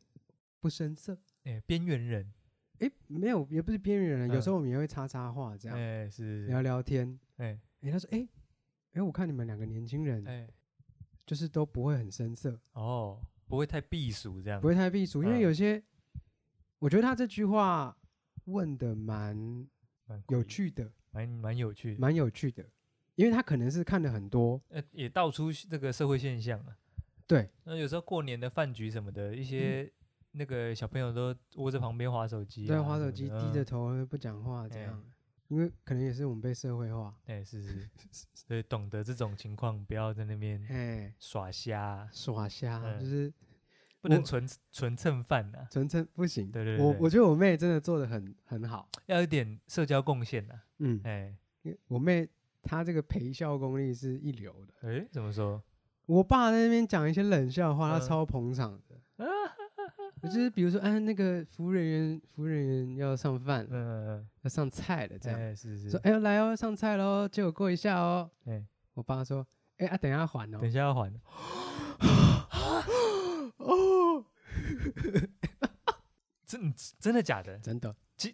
[SPEAKER 2] 不生色，
[SPEAKER 1] 哎，边缘人，
[SPEAKER 2] 诶，没有，也不是边缘人，有时
[SPEAKER 1] 嗯
[SPEAKER 2] 候我们也会插插话这样
[SPEAKER 1] 哎是，
[SPEAKER 2] 聊聊天。
[SPEAKER 1] 哎
[SPEAKER 2] 诶，他说，诶，诶，我看你们两个年轻人
[SPEAKER 1] 哎
[SPEAKER 2] 就是都不会很生涩，
[SPEAKER 1] 哦，不会太避暑这样
[SPEAKER 2] 不。会太避暑，因
[SPEAKER 1] 嗯
[SPEAKER 2] 为有些，我觉得他这句话问的蛮
[SPEAKER 1] 蛮
[SPEAKER 2] 有
[SPEAKER 1] 酷的，
[SPEAKER 2] 趣的，
[SPEAKER 1] 蛮蛮有趣的，
[SPEAKER 2] 蛮有趣的，因为他可能是看了很多，
[SPEAKER 1] 呃，也道出这个社会现象啊。
[SPEAKER 2] 对，嗯
[SPEAKER 1] 那有时候过年的饭局什么的，一些那个小朋友都窝在旁边划手机、啊，
[SPEAKER 2] 对，划
[SPEAKER 1] 什
[SPEAKER 2] 手
[SPEAKER 1] 么
[SPEAKER 2] 机
[SPEAKER 1] 的
[SPEAKER 2] 低着，
[SPEAKER 1] 嗯
[SPEAKER 2] 头不讲话这
[SPEAKER 1] 哎
[SPEAKER 2] 样，因为可能也是我们被社会化，
[SPEAKER 1] 哎、是是，所以懂得这种情况，不要在那边
[SPEAKER 2] 哎，
[SPEAKER 1] 耍瞎，
[SPEAKER 2] 耍瞎
[SPEAKER 1] 嗯
[SPEAKER 2] 就是
[SPEAKER 1] 不能
[SPEAKER 2] 我
[SPEAKER 1] 纯纯蹭饭啊，
[SPEAKER 2] 纯真不行。
[SPEAKER 1] 对对
[SPEAKER 2] 我
[SPEAKER 1] 对哎
[SPEAKER 2] 我觉得我妹真的做的很很好，
[SPEAKER 1] 要有点社交贡献啊，
[SPEAKER 2] 嗯，
[SPEAKER 1] 哎、
[SPEAKER 2] 因为我妹她这个陪笑功力是一流的。
[SPEAKER 1] 哎、怎么说？
[SPEAKER 2] 我爸在那边讲一些冷笑话，
[SPEAKER 1] 嗯
[SPEAKER 2] 她超捧场的。就是比如说，哎，那个服务人员，服务人员要上饭
[SPEAKER 1] 嗯，嗯，
[SPEAKER 2] 要上菜了，这样、
[SPEAKER 1] 哎是是
[SPEAKER 2] 说，，哎呦来哦，上菜喽，借我过一下哦。
[SPEAKER 1] 哎，
[SPEAKER 2] 我爸说，哎啊，等一下还哦
[SPEAKER 1] 等。一下要还，
[SPEAKER 2] 哦，
[SPEAKER 1] 真真的假的？
[SPEAKER 2] 真的，
[SPEAKER 1] 就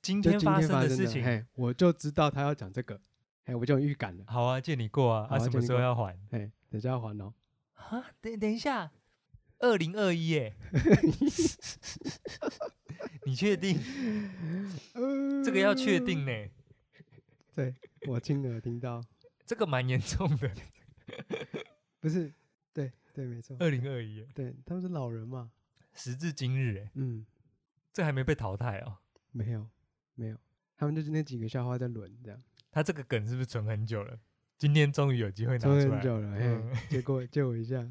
[SPEAKER 1] 今
[SPEAKER 2] 就
[SPEAKER 1] 天
[SPEAKER 2] 今天
[SPEAKER 1] 发生
[SPEAKER 2] 的
[SPEAKER 1] 事情，
[SPEAKER 2] 嘿，我就知道他要讲这个，嘿，我就有预感了，
[SPEAKER 1] 好啊，借你过啊，
[SPEAKER 2] 好
[SPEAKER 1] 啊
[SPEAKER 2] 啊
[SPEAKER 1] 什
[SPEAKER 2] 借
[SPEAKER 1] 么
[SPEAKER 2] 你
[SPEAKER 1] 时候
[SPEAKER 2] 过
[SPEAKER 1] 要还？
[SPEAKER 2] 嘿，等一下要还哦。
[SPEAKER 1] 啊，等等一下，二零二一 哎，你确定？这个要确定呢、
[SPEAKER 2] 我亲耳听到，
[SPEAKER 1] 这个蛮严重的。
[SPEAKER 2] 不是，对对，没错，
[SPEAKER 1] 二零二一，
[SPEAKER 2] 对，他们是老人嘛，
[SPEAKER 1] 时至今日哎，
[SPEAKER 2] 嗯，
[SPEAKER 1] 这还没被淘汰哦。
[SPEAKER 2] 没有没有，他们就是那几个笑话在轮这样，
[SPEAKER 1] 他这个梗是不是存很久了？今天终于有机会拿
[SPEAKER 2] 抽
[SPEAKER 1] 出
[SPEAKER 2] 很
[SPEAKER 1] 来，
[SPEAKER 2] 久了，
[SPEAKER 1] 嗯
[SPEAKER 2] 嘿，借 过借我一下，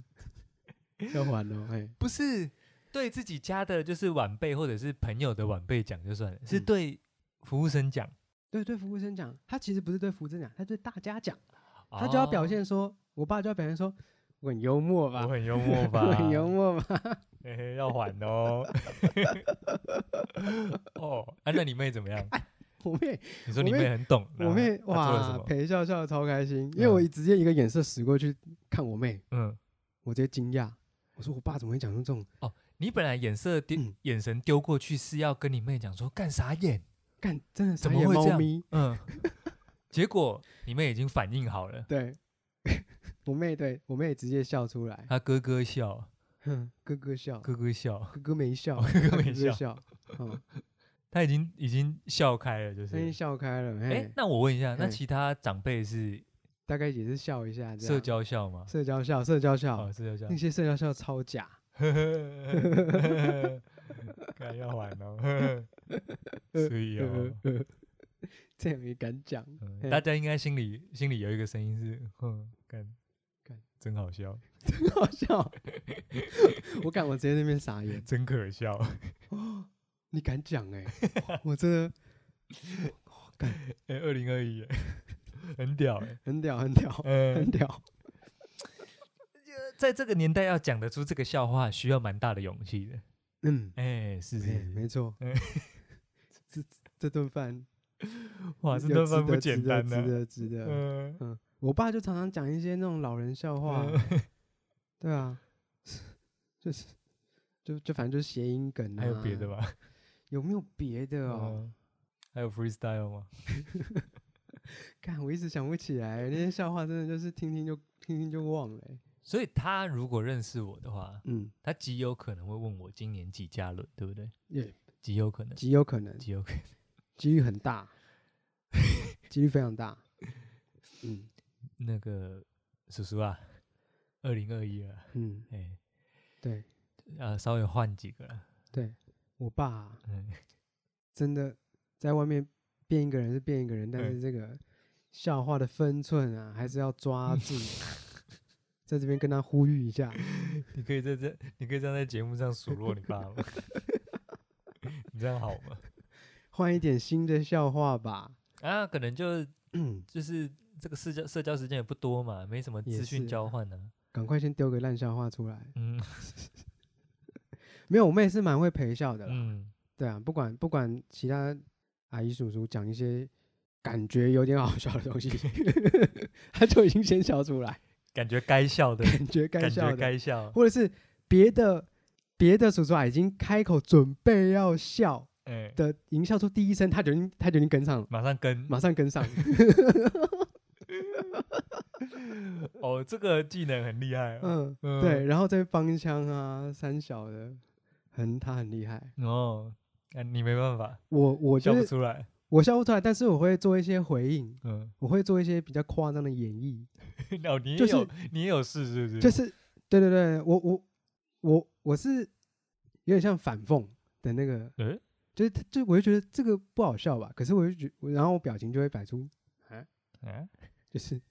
[SPEAKER 2] 要还哦，嘿，
[SPEAKER 1] 不是对自己家的，就是晚辈或者是朋友的晚辈讲就算了，是
[SPEAKER 2] 嗯
[SPEAKER 1] 对服务生讲，
[SPEAKER 2] 对对，服务生讲，他其实不是对服务生讲，他对大家讲，他就要表
[SPEAKER 1] 哦
[SPEAKER 2] 现说，我爸就要表现说我很幽默吧
[SPEAKER 1] 我，很幽默吧？
[SPEAKER 2] 我很幽默吧，
[SPEAKER 1] 嘿嘿，要还 哦。哦，啊，那你妹怎么样？
[SPEAKER 2] 我妹
[SPEAKER 1] 你说
[SPEAKER 2] 我
[SPEAKER 1] 你妹
[SPEAKER 2] 妹
[SPEAKER 1] 很懂，然
[SPEAKER 2] 哎
[SPEAKER 1] 后
[SPEAKER 2] 我妹
[SPEAKER 1] 她做了什
[SPEAKER 2] 哇
[SPEAKER 1] 么？
[SPEAKER 2] 陪笑笑得超开心，因为我
[SPEAKER 1] 嗯
[SPEAKER 2] 直接一个眼色使过去看我妹，
[SPEAKER 1] 嗯，
[SPEAKER 2] 我直接惊讶，我说我爸怎么会讲出这种
[SPEAKER 1] 你本来眼色丢、
[SPEAKER 2] 嗯
[SPEAKER 1] 眼神丢过去是要跟你妹讲说干啥眼，
[SPEAKER 2] 干真的
[SPEAKER 1] 怎
[SPEAKER 2] 傻
[SPEAKER 1] 么
[SPEAKER 2] 眼
[SPEAKER 1] 会这
[SPEAKER 2] 猫
[SPEAKER 1] 样
[SPEAKER 2] 咪？
[SPEAKER 1] 嗯，结果你妹已经反应好了，
[SPEAKER 2] 对， 我妹对我妹直接笑出来，
[SPEAKER 1] 她咯咯笑，
[SPEAKER 2] 哼，哥哥笑，
[SPEAKER 1] 咯咯笑，
[SPEAKER 2] 哥哥 没笑，
[SPEAKER 1] 哦哥哥
[SPEAKER 2] 她
[SPEAKER 1] 没
[SPEAKER 2] 只是
[SPEAKER 1] 笑
[SPEAKER 2] 笑， 嗯，
[SPEAKER 1] 她已经已经笑开了，就
[SPEAKER 2] 她已
[SPEAKER 1] 是。
[SPEAKER 2] 经笑开了，
[SPEAKER 1] 哎、
[SPEAKER 2] 嘿，
[SPEAKER 1] 那我问一下，那
[SPEAKER 2] 嘿
[SPEAKER 1] 其他长辈是
[SPEAKER 2] 大概也是笑一下，这
[SPEAKER 1] 社
[SPEAKER 2] 样
[SPEAKER 1] 交笑吗？
[SPEAKER 2] 社交笑，社交笑
[SPEAKER 1] 哦，，社交笑
[SPEAKER 2] 那。些社交笑超假，
[SPEAKER 1] 该要还 哦，所以哦，
[SPEAKER 2] 呃呃 这样也敢 讲，
[SPEAKER 1] 嗯
[SPEAKER 2] 嘿
[SPEAKER 1] 大家应该心里心里有一个声音是，哼，干
[SPEAKER 2] 干
[SPEAKER 1] 真好笑，
[SPEAKER 2] 很好 笑，我敢，我直接那边傻眼，
[SPEAKER 1] 真可笑。
[SPEAKER 2] 你敢讲 哎，我真的
[SPEAKER 1] 哎、二零二一，很屌哎、
[SPEAKER 2] 很屌，很屌，
[SPEAKER 1] 呃
[SPEAKER 2] 很，屌，
[SPEAKER 1] 在这个年代要讲得出这个笑话，需要蛮大的勇气的。
[SPEAKER 2] 嗯，
[SPEAKER 1] 哎、是是
[SPEAKER 2] 没
[SPEAKER 1] 是，
[SPEAKER 2] 没错
[SPEAKER 1] 嗯，
[SPEAKER 2] 这这顿饭
[SPEAKER 1] 哇，这
[SPEAKER 2] 有
[SPEAKER 1] 顿
[SPEAKER 2] 值
[SPEAKER 1] 饭不
[SPEAKER 2] 得
[SPEAKER 1] 简
[SPEAKER 2] 值得
[SPEAKER 1] 单呢、
[SPEAKER 2] 值得值得。
[SPEAKER 1] 嗯，
[SPEAKER 2] 嗯，我爸就常常讲一些那种老人笑话啊， 对啊，就是就就反正就是谐音梗啊。
[SPEAKER 1] 还有别的？吧？
[SPEAKER 2] 有没有别的哦？
[SPEAKER 1] 嗯还有 freestyle 吗？嗯
[SPEAKER 2] 看、我一直想不起来，那些笑话真的就是听听就听听就忘了欸、
[SPEAKER 1] 所以他如果认识我的话，
[SPEAKER 2] 嗯，
[SPEAKER 1] 他极有可能会问我今年几加仑，对不对？
[SPEAKER 2] 也
[SPEAKER 1] 极有可能，
[SPEAKER 2] 极有可能，
[SPEAKER 1] 极有可能。
[SPEAKER 2] 几率很大，几率非常大。嗯
[SPEAKER 1] 那个叔叔啊，二零二一了，
[SPEAKER 2] 嗯，
[SPEAKER 1] 哎、
[SPEAKER 2] 对
[SPEAKER 1] 呃，稍微换几个了，
[SPEAKER 2] 对，我爸啊
[SPEAKER 1] 嗯，
[SPEAKER 2] 真的在外面变一个人是变一个人，但
[SPEAKER 1] 嗯
[SPEAKER 2] 是这个笑话的分寸啊，还是要抓 住。在这边跟他呼吁一下，
[SPEAKER 1] 你可以在这，你可以这样在节目上数落你爸吗？ 你这样好吗？
[SPEAKER 2] 换一点新的笑 话吧。
[SPEAKER 1] 啊，可能就
[SPEAKER 2] 嗯，
[SPEAKER 1] 就是这个社交社交时间也不多嘛，没什么
[SPEAKER 2] 也
[SPEAKER 1] 资讯
[SPEAKER 2] 是
[SPEAKER 1] 交换啊呢、
[SPEAKER 2] 赶快先丢个烂笑话出来。
[SPEAKER 1] 嗯
[SPEAKER 2] 没有，我妹是蛮会陪笑的啦。
[SPEAKER 1] 嗯，
[SPEAKER 2] 对啊，不管不管其他阿姨叔叔讲一些感觉有点好笑的东西， 她就已经先笑出来，
[SPEAKER 1] 感觉该笑的，
[SPEAKER 2] 感觉该
[SPEAKER 1] 感
[SPEAKER 2] 笑
[SPEAKER 1] 觉
[SPEAKER 2] 的，
[SPEAKER 1] 该笑，
[SPEAKER 2] 或者是别的别的叔叔啊已经开口准备要笑，
[SPEAKER 1] 哎、
[SPEAKER 2] 的营销出第一声，他就已经他就已经跟上了，
[SPEAKER 1] 马上跟
[SPEAKER 2] 马上跟 上。
[SPEAKER 1] 哦，这个技能很厉害、哦，
[SPEAKER 2] 嗯，
[SPEAKER 1] 嗯
[SPEAKER 2] 对，，然后再帮腔啊，三小的，很他很厉害。
[SPEAKER 1] 哦，那、你没办法，
[SPEAKER 2] 我我
[SPEAKER 1] 笑
[SPEAKER 2] 就
[SPEAKER 1] 不
[SPEAKER 2] 是
[SPEAKER 1] 出来，
[SPEAKER 2] 我笑不出来，但是我会做一些回应，
[SPEAKER 1] 嗯，
[SPEAKER 2] 我会做一些比较夸张的演绎，
[SPEAKER 1] 哦，你也
[SPEAKER 2] 就是
[SPEAKER 1] 有，你也有事是不是？
[SPEAKER 2] 就是对对对，我我我我是有点像反讽的那个，
[SPEAKER 1] 嗯
[SPEAKER 2] 就是他就我就觉得这个不好笑吧，可是我就觉我然后我表情就会摆出
[SPEAKER 1] 啊，
[SPEAKER 2] 就是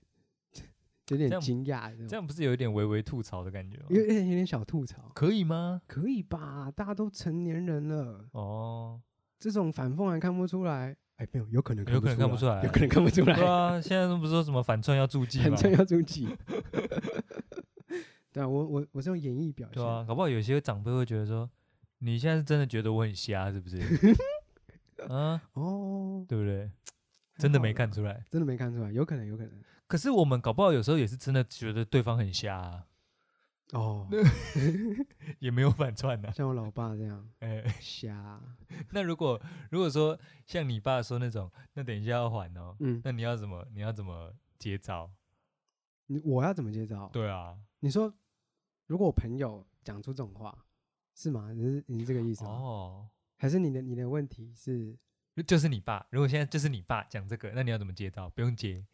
[SPEAKER 2] 有
[SPEAKER 1] 这
[SPEAKER 2] 点
[SPEAKER 1] 样
[SPEAKER 2] 惊讶的那
[SPEAKER 1] 这
[SPEAKER 2] 种，
[SPEAKER 1] 样不是有一点微微吐槽的感觉吗？
[SPEAKER 2] 有有点有点小吐槽。
[SPEAKER 1] 可以吗？
[SPEAKER 2] 可以吧？大家都成年人了，
[SPEAKER 1] 哦，
[SPEAKER 2] 这种反讽还看不出来？哎，没有，有可能
[SPEAKER 1] 有可能看不出来
[SPEAKER 2] 有可能看不出
[SPEAKER 1] 对
[SPEAKER 2] 来，
[SPEAKER 1] 啊，现在都不是说什么反串要注记
[SPEAKER 2] 反
[SPEAKER 1] 吗？
[SPEAKER 2] 正要出气。 对啊，我我我是用演绎表
[SPEAKER 1] 对啊，
[SPEAKER 2] 现，
[SPEAKER 1] 搞不好有些长辈会觉得说，你现在是真的觉得我很瞎是不 是？啊，
[SPEAKER 2] 哦，
[SPEAKER 1] 对不对？真的没
[SPEAKER 2] 看，
[SPEAKER 1] 看出来。
[SPEAKER 2] 真的没看出来，有可能，有可能。
[SPEAKER 1] 可是我们搞不好有时候也是真的觉得对方很瞎、啊，
[SPEAKER 2] 哦，
[SPEAKER 1] 也没有反串呐、啊。
[SPEAKER 2] 像我老爸这样
[SPEAKER 1] 哎、
[SPEAKER 2] 瞎，
[SPEAKER 1] 那如果如果说像你爸说那种，那等一下要还哦，
[SPEAKER 2] 嗯，
[SPEAKER 1] 那你要怎么你要怎么接招？
[SPEAKER 2] 你我要怎么接招？
[SPEAKER 1] 对啊，
[SPEAKER 2] 你说，如果我朋友讲出这种话，是吗？你是你是这个意思吗？
[SPEAKER 1] 哦，
[SPEAKER 2] 还是你的你的问题是
[SPEAKER 1] 就是你爸。如果现在就是你爸讲这个，那你要怎么接招？不用接，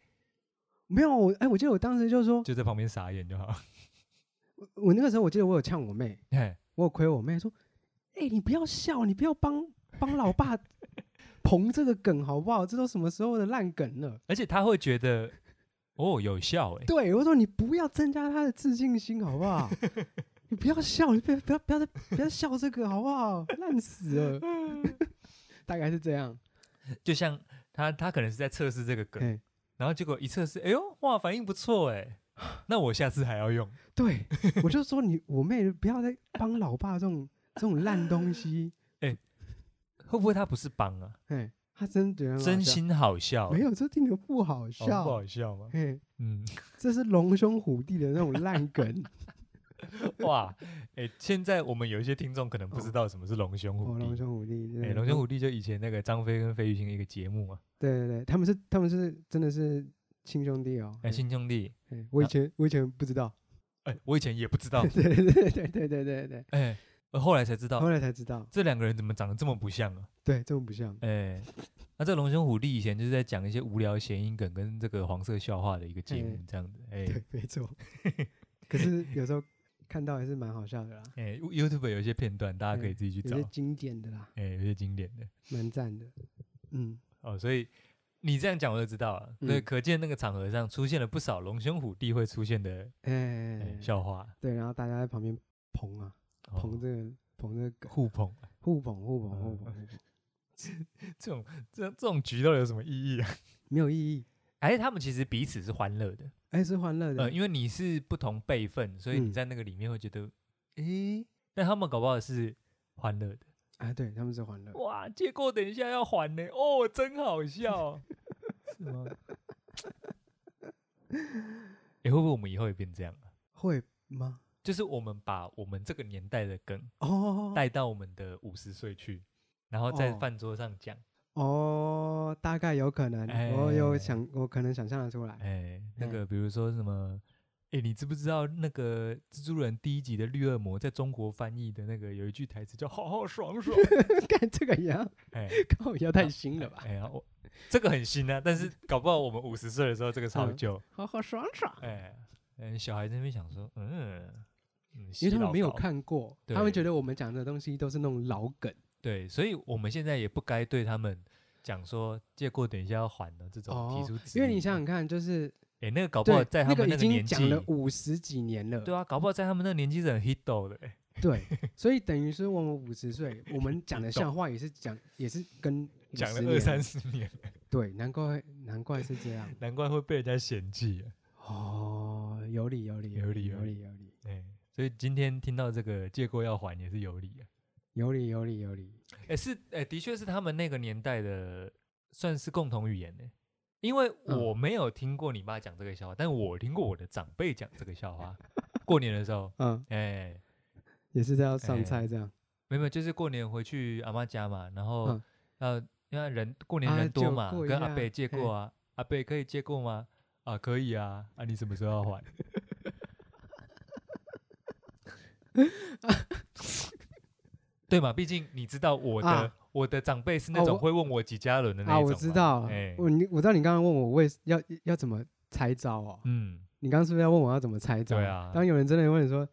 [SPEAKER 2] 没有？我哎，我记得我当时就说，
[SPEAKER 1] 就在旁边傻眼就好。
[SPEAKER 2] 我那个时候我记得我有呛我妹，
[SPEAKER 1] 嘿
[SPEAKER 2] 我有亏我妹说：“哎、你不要笑，你不要帮帮老爸 捧这个梗好不好？这都什么时候的烂梗了
[SPEAKER 1] 而且他会觉得哦有效哎、？”
[SPEAKER 2] 对我说：“你不要增加他的自信心好不好？你不要笑，你不要不要不要再不要笑这个好不好？烂死 了。”大概是这样。
[SPEAKER 1] 就像他他可能是在测试这个梗，
[SPEAKER 2] 哎，
[SPEAKER 1] 然后结果一测试，哎呦哇反应不错哎，那我下次还要用。
[SPEAKER 2] 对，我就说你我妹不要再帮老爸这种这种烂东西。
[SPEAKER 1] 会不会他不是帮啊？
[SPEAKER 2] 哎，她真觉得很好
[SPEAKER 1] 真
[SPEAKER 2] 笑
[SPEAKER 1] 心好笑欸，
[SPEAKER 2] 没有，这听着不好
[SPEAKER 1] 哦
[SPEAKER 2] 笑。
[SPEAKER 1] 不好笑吗？
[SPEAKER 2] 嘿
[SPEAKER 1] 嗯，
[SPEAKER 2] 这是龙兄虎弟的那种烂梗。
[SPEAKER 1] 哇，哎、现在我们有一些听众可能不知道什么是龙兄虎
[SPEAKER 2] 哦，龙
[SPEAKER 1] 弟。
[SPEAKER 2] 兄虎弟，嗯
[SPEAKER 1] 哎、
[SPEAKER 2] 对
[SPEAKER 1] 龙兄虎弟就以前那个张飞跟费玉清的一个节目嘛，
[SPEAKER 2] 对对对，他们是他们是真的是亲兄弟哦。
[SPEAKER 1] 哎、
[SPEAKER 2] 嘿
[SPEAKER 1] 亲兄弟，
[SPEAKER 2] 嘿我以
[SPEAKER 1] 啊
[SPEAKER 2] 前我以前不知道，，
[SPEAKER 1] 哎、我以前也不知道
[SPEAKER 2] 对对对对对对对对，
[SPEAKER 1] 哎、我后来才知道
[SPEAKER 2] 后来才知道，
[SPEAKER 1] 这两个人怎么长得这么不像啊，
[SPEAKER 2] 对，这么不像。
[SPEAKER 1] 哎、那这龙兄虎弟以前就是在讲一些无聊谐音梗跟这个黄色笑话的一个节目
[SPEAKER 2] 哎
[SPEAKER 1] 这样子，哎、
[SPEAKER 2] 对，没 错。可是有时候看到还是蛮好笑 的啦，
[SPEAKER 1] 哎、y o u t u b e 有一些片段大家可以
[SPEAKER 2] 哎
[SPEAKER 1] 自己去
[SPEAKER 2] 有
[SPEAKER 1] 找
[SPEAKER 2] 些，经典的啦，
[SPEAKER 1] 哎、有一些经典的。
[SPEAKER 2] 蛮赞的。嗯，
[SPEAKER 1] 哦，所以你这样讲我就知道了。所以
[SPEAKER 2] 嗯
[SPEAKER 1] 可见那个场合上出现了不少龙兄虎弟会出现的、哎
[SPEAKER 2] 哎，
[SPEAKER 1] 笑话，
[SPEAKER 2] 对，然后大家在旁边捧啊，
[SPEAKER 1] 哦
[SPEAKER 2] 捧这个捧这个 梗，
[SPEAKER 1] 互捧，
[SPEAKER 2] 互捧互捧互
[SPEAKER 1] 嗯
[SPEAKER 2] 捧互捧，
[SPEAKER 1] 这种这这种局到底有什么意义啊？
[SPEAKER 2] 没有意义。
[SPEAKER 1] 还是他们其实彼此是欢乐的，
[SPEAKER 2] 哎，是欢乐
[SPEAKER 1] 呃，
[SPEAKER 2] 的，
[SPEAKER 1] 因为你是不同辈分，所以你
[SPEAKER 2] 嗯
[SPEAKER 1] 在那个里面会觉得，诶、但他们搞不好是欢乐的，
[SPEAKER 2] 哎，对，他们是欢乐。
[SPEAKER 1] 哇，借过等一下要还呢，哦，真好笑， 是 吗？哎、会不会我们以后也变这样啊？
[SPEAKER 2] 会吗？
[SPEAKER 1] 就是我们把我们这个年代的梗
[SPEAKER 2] 哦
[SPEAKER 1] 带到我们的五十岁去，然后在
[SPEAKER 2] 哦
[SPEAKER 1] 饭桌上讲，
[SPEAKER 2] 哦，大概有可能，我有
[SPEAKER 1] 哎
[SPEAKER 2] 想，我可能想象得 出来。
[SPEAKER 1] 哎，那
[SPEAKER 2] 嗯
[SPEAKER 1] 个比如说什么，哎，你知不知道那个蜘蛛人第一集的绿恶魔在中国翻译的那个有一句台词叫“好好爽 爽
[SPEAKER 2] 干这个也要，”，
[SPEAKER 1] 哎
[SPEAKER 2] 靠，也要太新了吧？
[SPEAKER 1] 哎呀，我这个很新啊，但是搞不好我们五十岁的时候这个超
[SPEAKER 2] 嗯
[SPEAKER 1] 旧，
[SPEAKER 2] 好好爽爽，
[SPEAKER 1] 哎，嗯，小孩在那边想说，嗯。嗯
[SPEAKER 2] 因
[SPEAKER 1] 洗
[SPEAKER 2] 为他们
[SPEAKER 1] 脑
[SPEAKER 2] 没有
[SPEAKER 1] 稿
[SPEAKER 2] 看过，他们
[SPEAKER 1] 对
[SPEAKER 2] 觉得我们讲的东西都是那种老梗。
[SPEAKER 1] 对，所以我们现在也不该对他们讲说借过，等一下要还的这种提
[SPEAKER 2] 哦
[SPEAKER 1] 出质疑。
[SPEAKER 2] 因为你想想看，就是
[SPEAKER 1] 哎、那个搞不好
[SPEAKER 2] 对
[SPEAKER 1] 在他
[SPEAKER 2] 那个
[SPEAKER 1] 们
[SPEAKER 2] 已
[SPEAKER 1] 个
[SPEAKER 2] 经
[SPEAKER 1] 年纪，
[SPEAKER 2] 讲了五十几年了，
[SPEAKER 1] 对啊，搞不好在他们那个年纪是很 hit 到的、欸。
[SPEAKER 2] 对，所以等于是我们五十岁，我们讲 的
[SPEAKER 1] 懂
[SPEAKER 2] 笑话也是讲，也是跟
[SPEAKER 1] 讲了
[SPEAKER 2] 50
[SPEAKER 1] 二
[SPEAKER 2] 年
[SPEAKER 1] 三十 年，
[SPEAKER 2] 对，难怪难怪是这 样。
[SPEAKER 1] 难怪会被人家嫌弃、啊。
[SPEAKER 2] 哦，有理有理
[SPEAKER 1] 有理
[SPEAKER 2] 理有
[SPEAKER 1] 有
[SPEAKER 2] 理有理
[SPEAKER 1] 哎、所以今天听到这个借过要还也是有理啊。
[SPEAKER 2] 有理有理有理，
[SPEAKER 1] 哎、是哎、的确是他们那个年代的算是共同语言呢、因为我没有听过你爸讲这个笑话，但我听过我的长辈讲这个笑话。过年的时候，
[SPEAKER 2] 嗯，
[SPEAKER 1] 哎、
[SPEAKER 2] 也是在要上
[SPEAKER 1] 哎
[SPEAKER 2] 菜这样。
[SPEAKER 1] 没有，没有就是过年回去阿妈家嘛，然后
[SPEAKER 2] 嗯
[SPEAKER 1] 要、因为人过年
[SPEAKER 2] 啊
[SPEAKER 1] 人多
[SPEAKER 2] 借
[SPEAKER 1] 嘛，
[SPEAKER 2] 过一
[SPEAKER 1] 跟
[SPEAKER 2] 下
[SPEAKER 1] 阿伯借
[SPEAKER 2] 嘿
[SPEAKER 1] 过啊，阿伯可以借过吗？啊，可以啊，啊，你什么时候要还？ 对嘛，毕竟你知道我的、
[SPEAKER 2] 啊
[SPEAKER 1] 我的长辈是
[SPEAKER 2] 啊
[SPEAKER 1] 那种
[SPEAKER 2] 我
[SPEAKER 1] 会问我几家人的那
[SPEAKER 2] 啊，
[SPEAKER 1] 一种
[SPEAKER 2] 我
[SPEAKER 1] 嘛、
[SPEAKER 2] 知道，
[SPEAKER 1] 哎
[SPEAKER 2] 我你我知道你刚刚问我为要要怎么拆招哦，
[SPEAKER 1] 嗯
[SPEAKER 2] 你刚刚是不是要问我要怎么拆招？
[SPEAKER 1] 对啊
[SPEAKER 2] 当有人真的问你说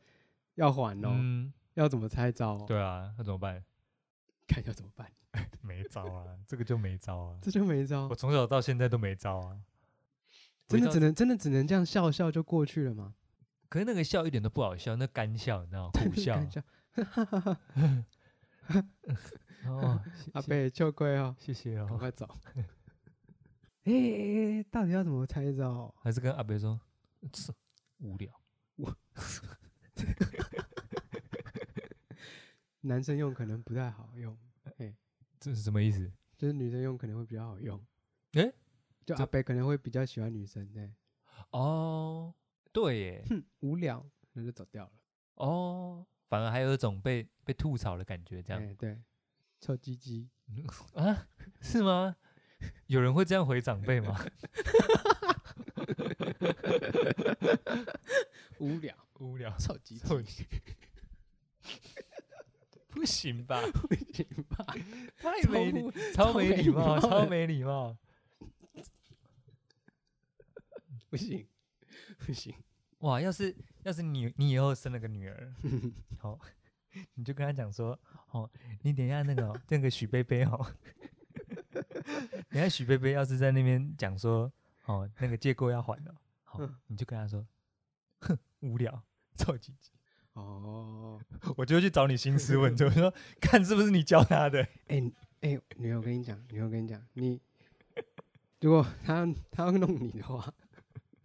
[SPEAKER 2] 要还哦，
[SPEAKER 1] 嗯，
[SPEAKER 2] 要怎么拆招哦？，
[SPEAKER 1] 对啊，那怎么办？
[SPEAKER 2] 看要怎么办，
[SPEAKER 1] 没招啊，这个就没招啊，
[SPEAKER 2] 这就没招
[SPEAKER 1] 我，从小到现在都没招啊，
[SPEAKER 2] 真的
[SPEAKER 1] 我一
[SPEAKER 2] 只
[SPEAKER 1] 招
[SPEAKER 2] 能真的只能这样笑笑就过去了吗？
[SPEAKER 1] 可是那个笑一点都不好笑，那干笑，你知道吗？苦 笑
[SPEAKER 2] 看一。下，
[SPEAKER 1] 哦，
[SPEAKER 2] 阿贝就跪 哦，
[SPEAKER 1] 谢谢
[SPEAKER 2] 赶
[SPEAKER 1] 哦。
[SPEAKER 2] 快走。哎哎哎，到底要怎么拆招哦？
[SPEAKER 1] 还是跟阿北说，是无聊。
[SPEAKER 2] 你男生用可能不太好用，
[SPEAKER 1] 这是什么意思？
[SPEAKER 2] 就是女生用可能会比较好用。
[SPEAKER 1] 诶
[SPEAKER 2] 就
[SPEAKER 1] 这
[SPEAKER 2] 阿北可能会比较喜欢女生，对，
[SPEAKER 1] 哦，对耶，
[SPEAKER 2] 哼，无聊，那就走掉了。
[SPEAKER 1] 哦，反而还有一种被被吐槽的感觉，这样、
[SPEAKER 2] 哎，对，臭鸡鸡，
[SPEAKER 1] 啊？ 是吗？有人会这样回长辈吗？
[SPEAKER 2] 无聊，
[SPEAKER 1] 无聊，
[SPEAKER 2] 臭鸡鸡，
[SPEAKER 1] 臭不行吧？
[SPEAKER 2] 不行吧？
[SPEAKER 1] 太
[SPEAKER 2] 超
[SPEAKER 1] 没
[SPEAKER 2] 不
[SPEAKER 1] 礼，超没
[SPEAKER 2] 没
[SPEAKER 1] 礼
[SPEAKER 2] 礼
[SPEAKER 1] 貌，
[SPEAKER 2] 貌
[SPEAKER 1] 超
[SPEAKER 2] 欸
[SPEAKER 1] 没礼貌。
[SPEAKER 2] 不行，不行，
[SPEAKER 1] 哇，要是要是你你以后生了个女 儿，好、你就跟她讲说，哦，你等一下那个哦那个许贝贝 哦，等一下许贝贝要是在那边讲说，哦，那个借过要还哦，好、
[SPEAKER 2] 嗯
[SPEAKER 1] 你就跟她说，哼，无聊，臭鸡鸡，
[SPEAKER 2] 哦，
[SPEAKER 1] 我就会去找你兴师问罪，我说看是不是你教他 的，
[SPEAKER 2] 哎、哎、女友，我跟你讲，女友，我跟你讲，你如果他他要弄你的话，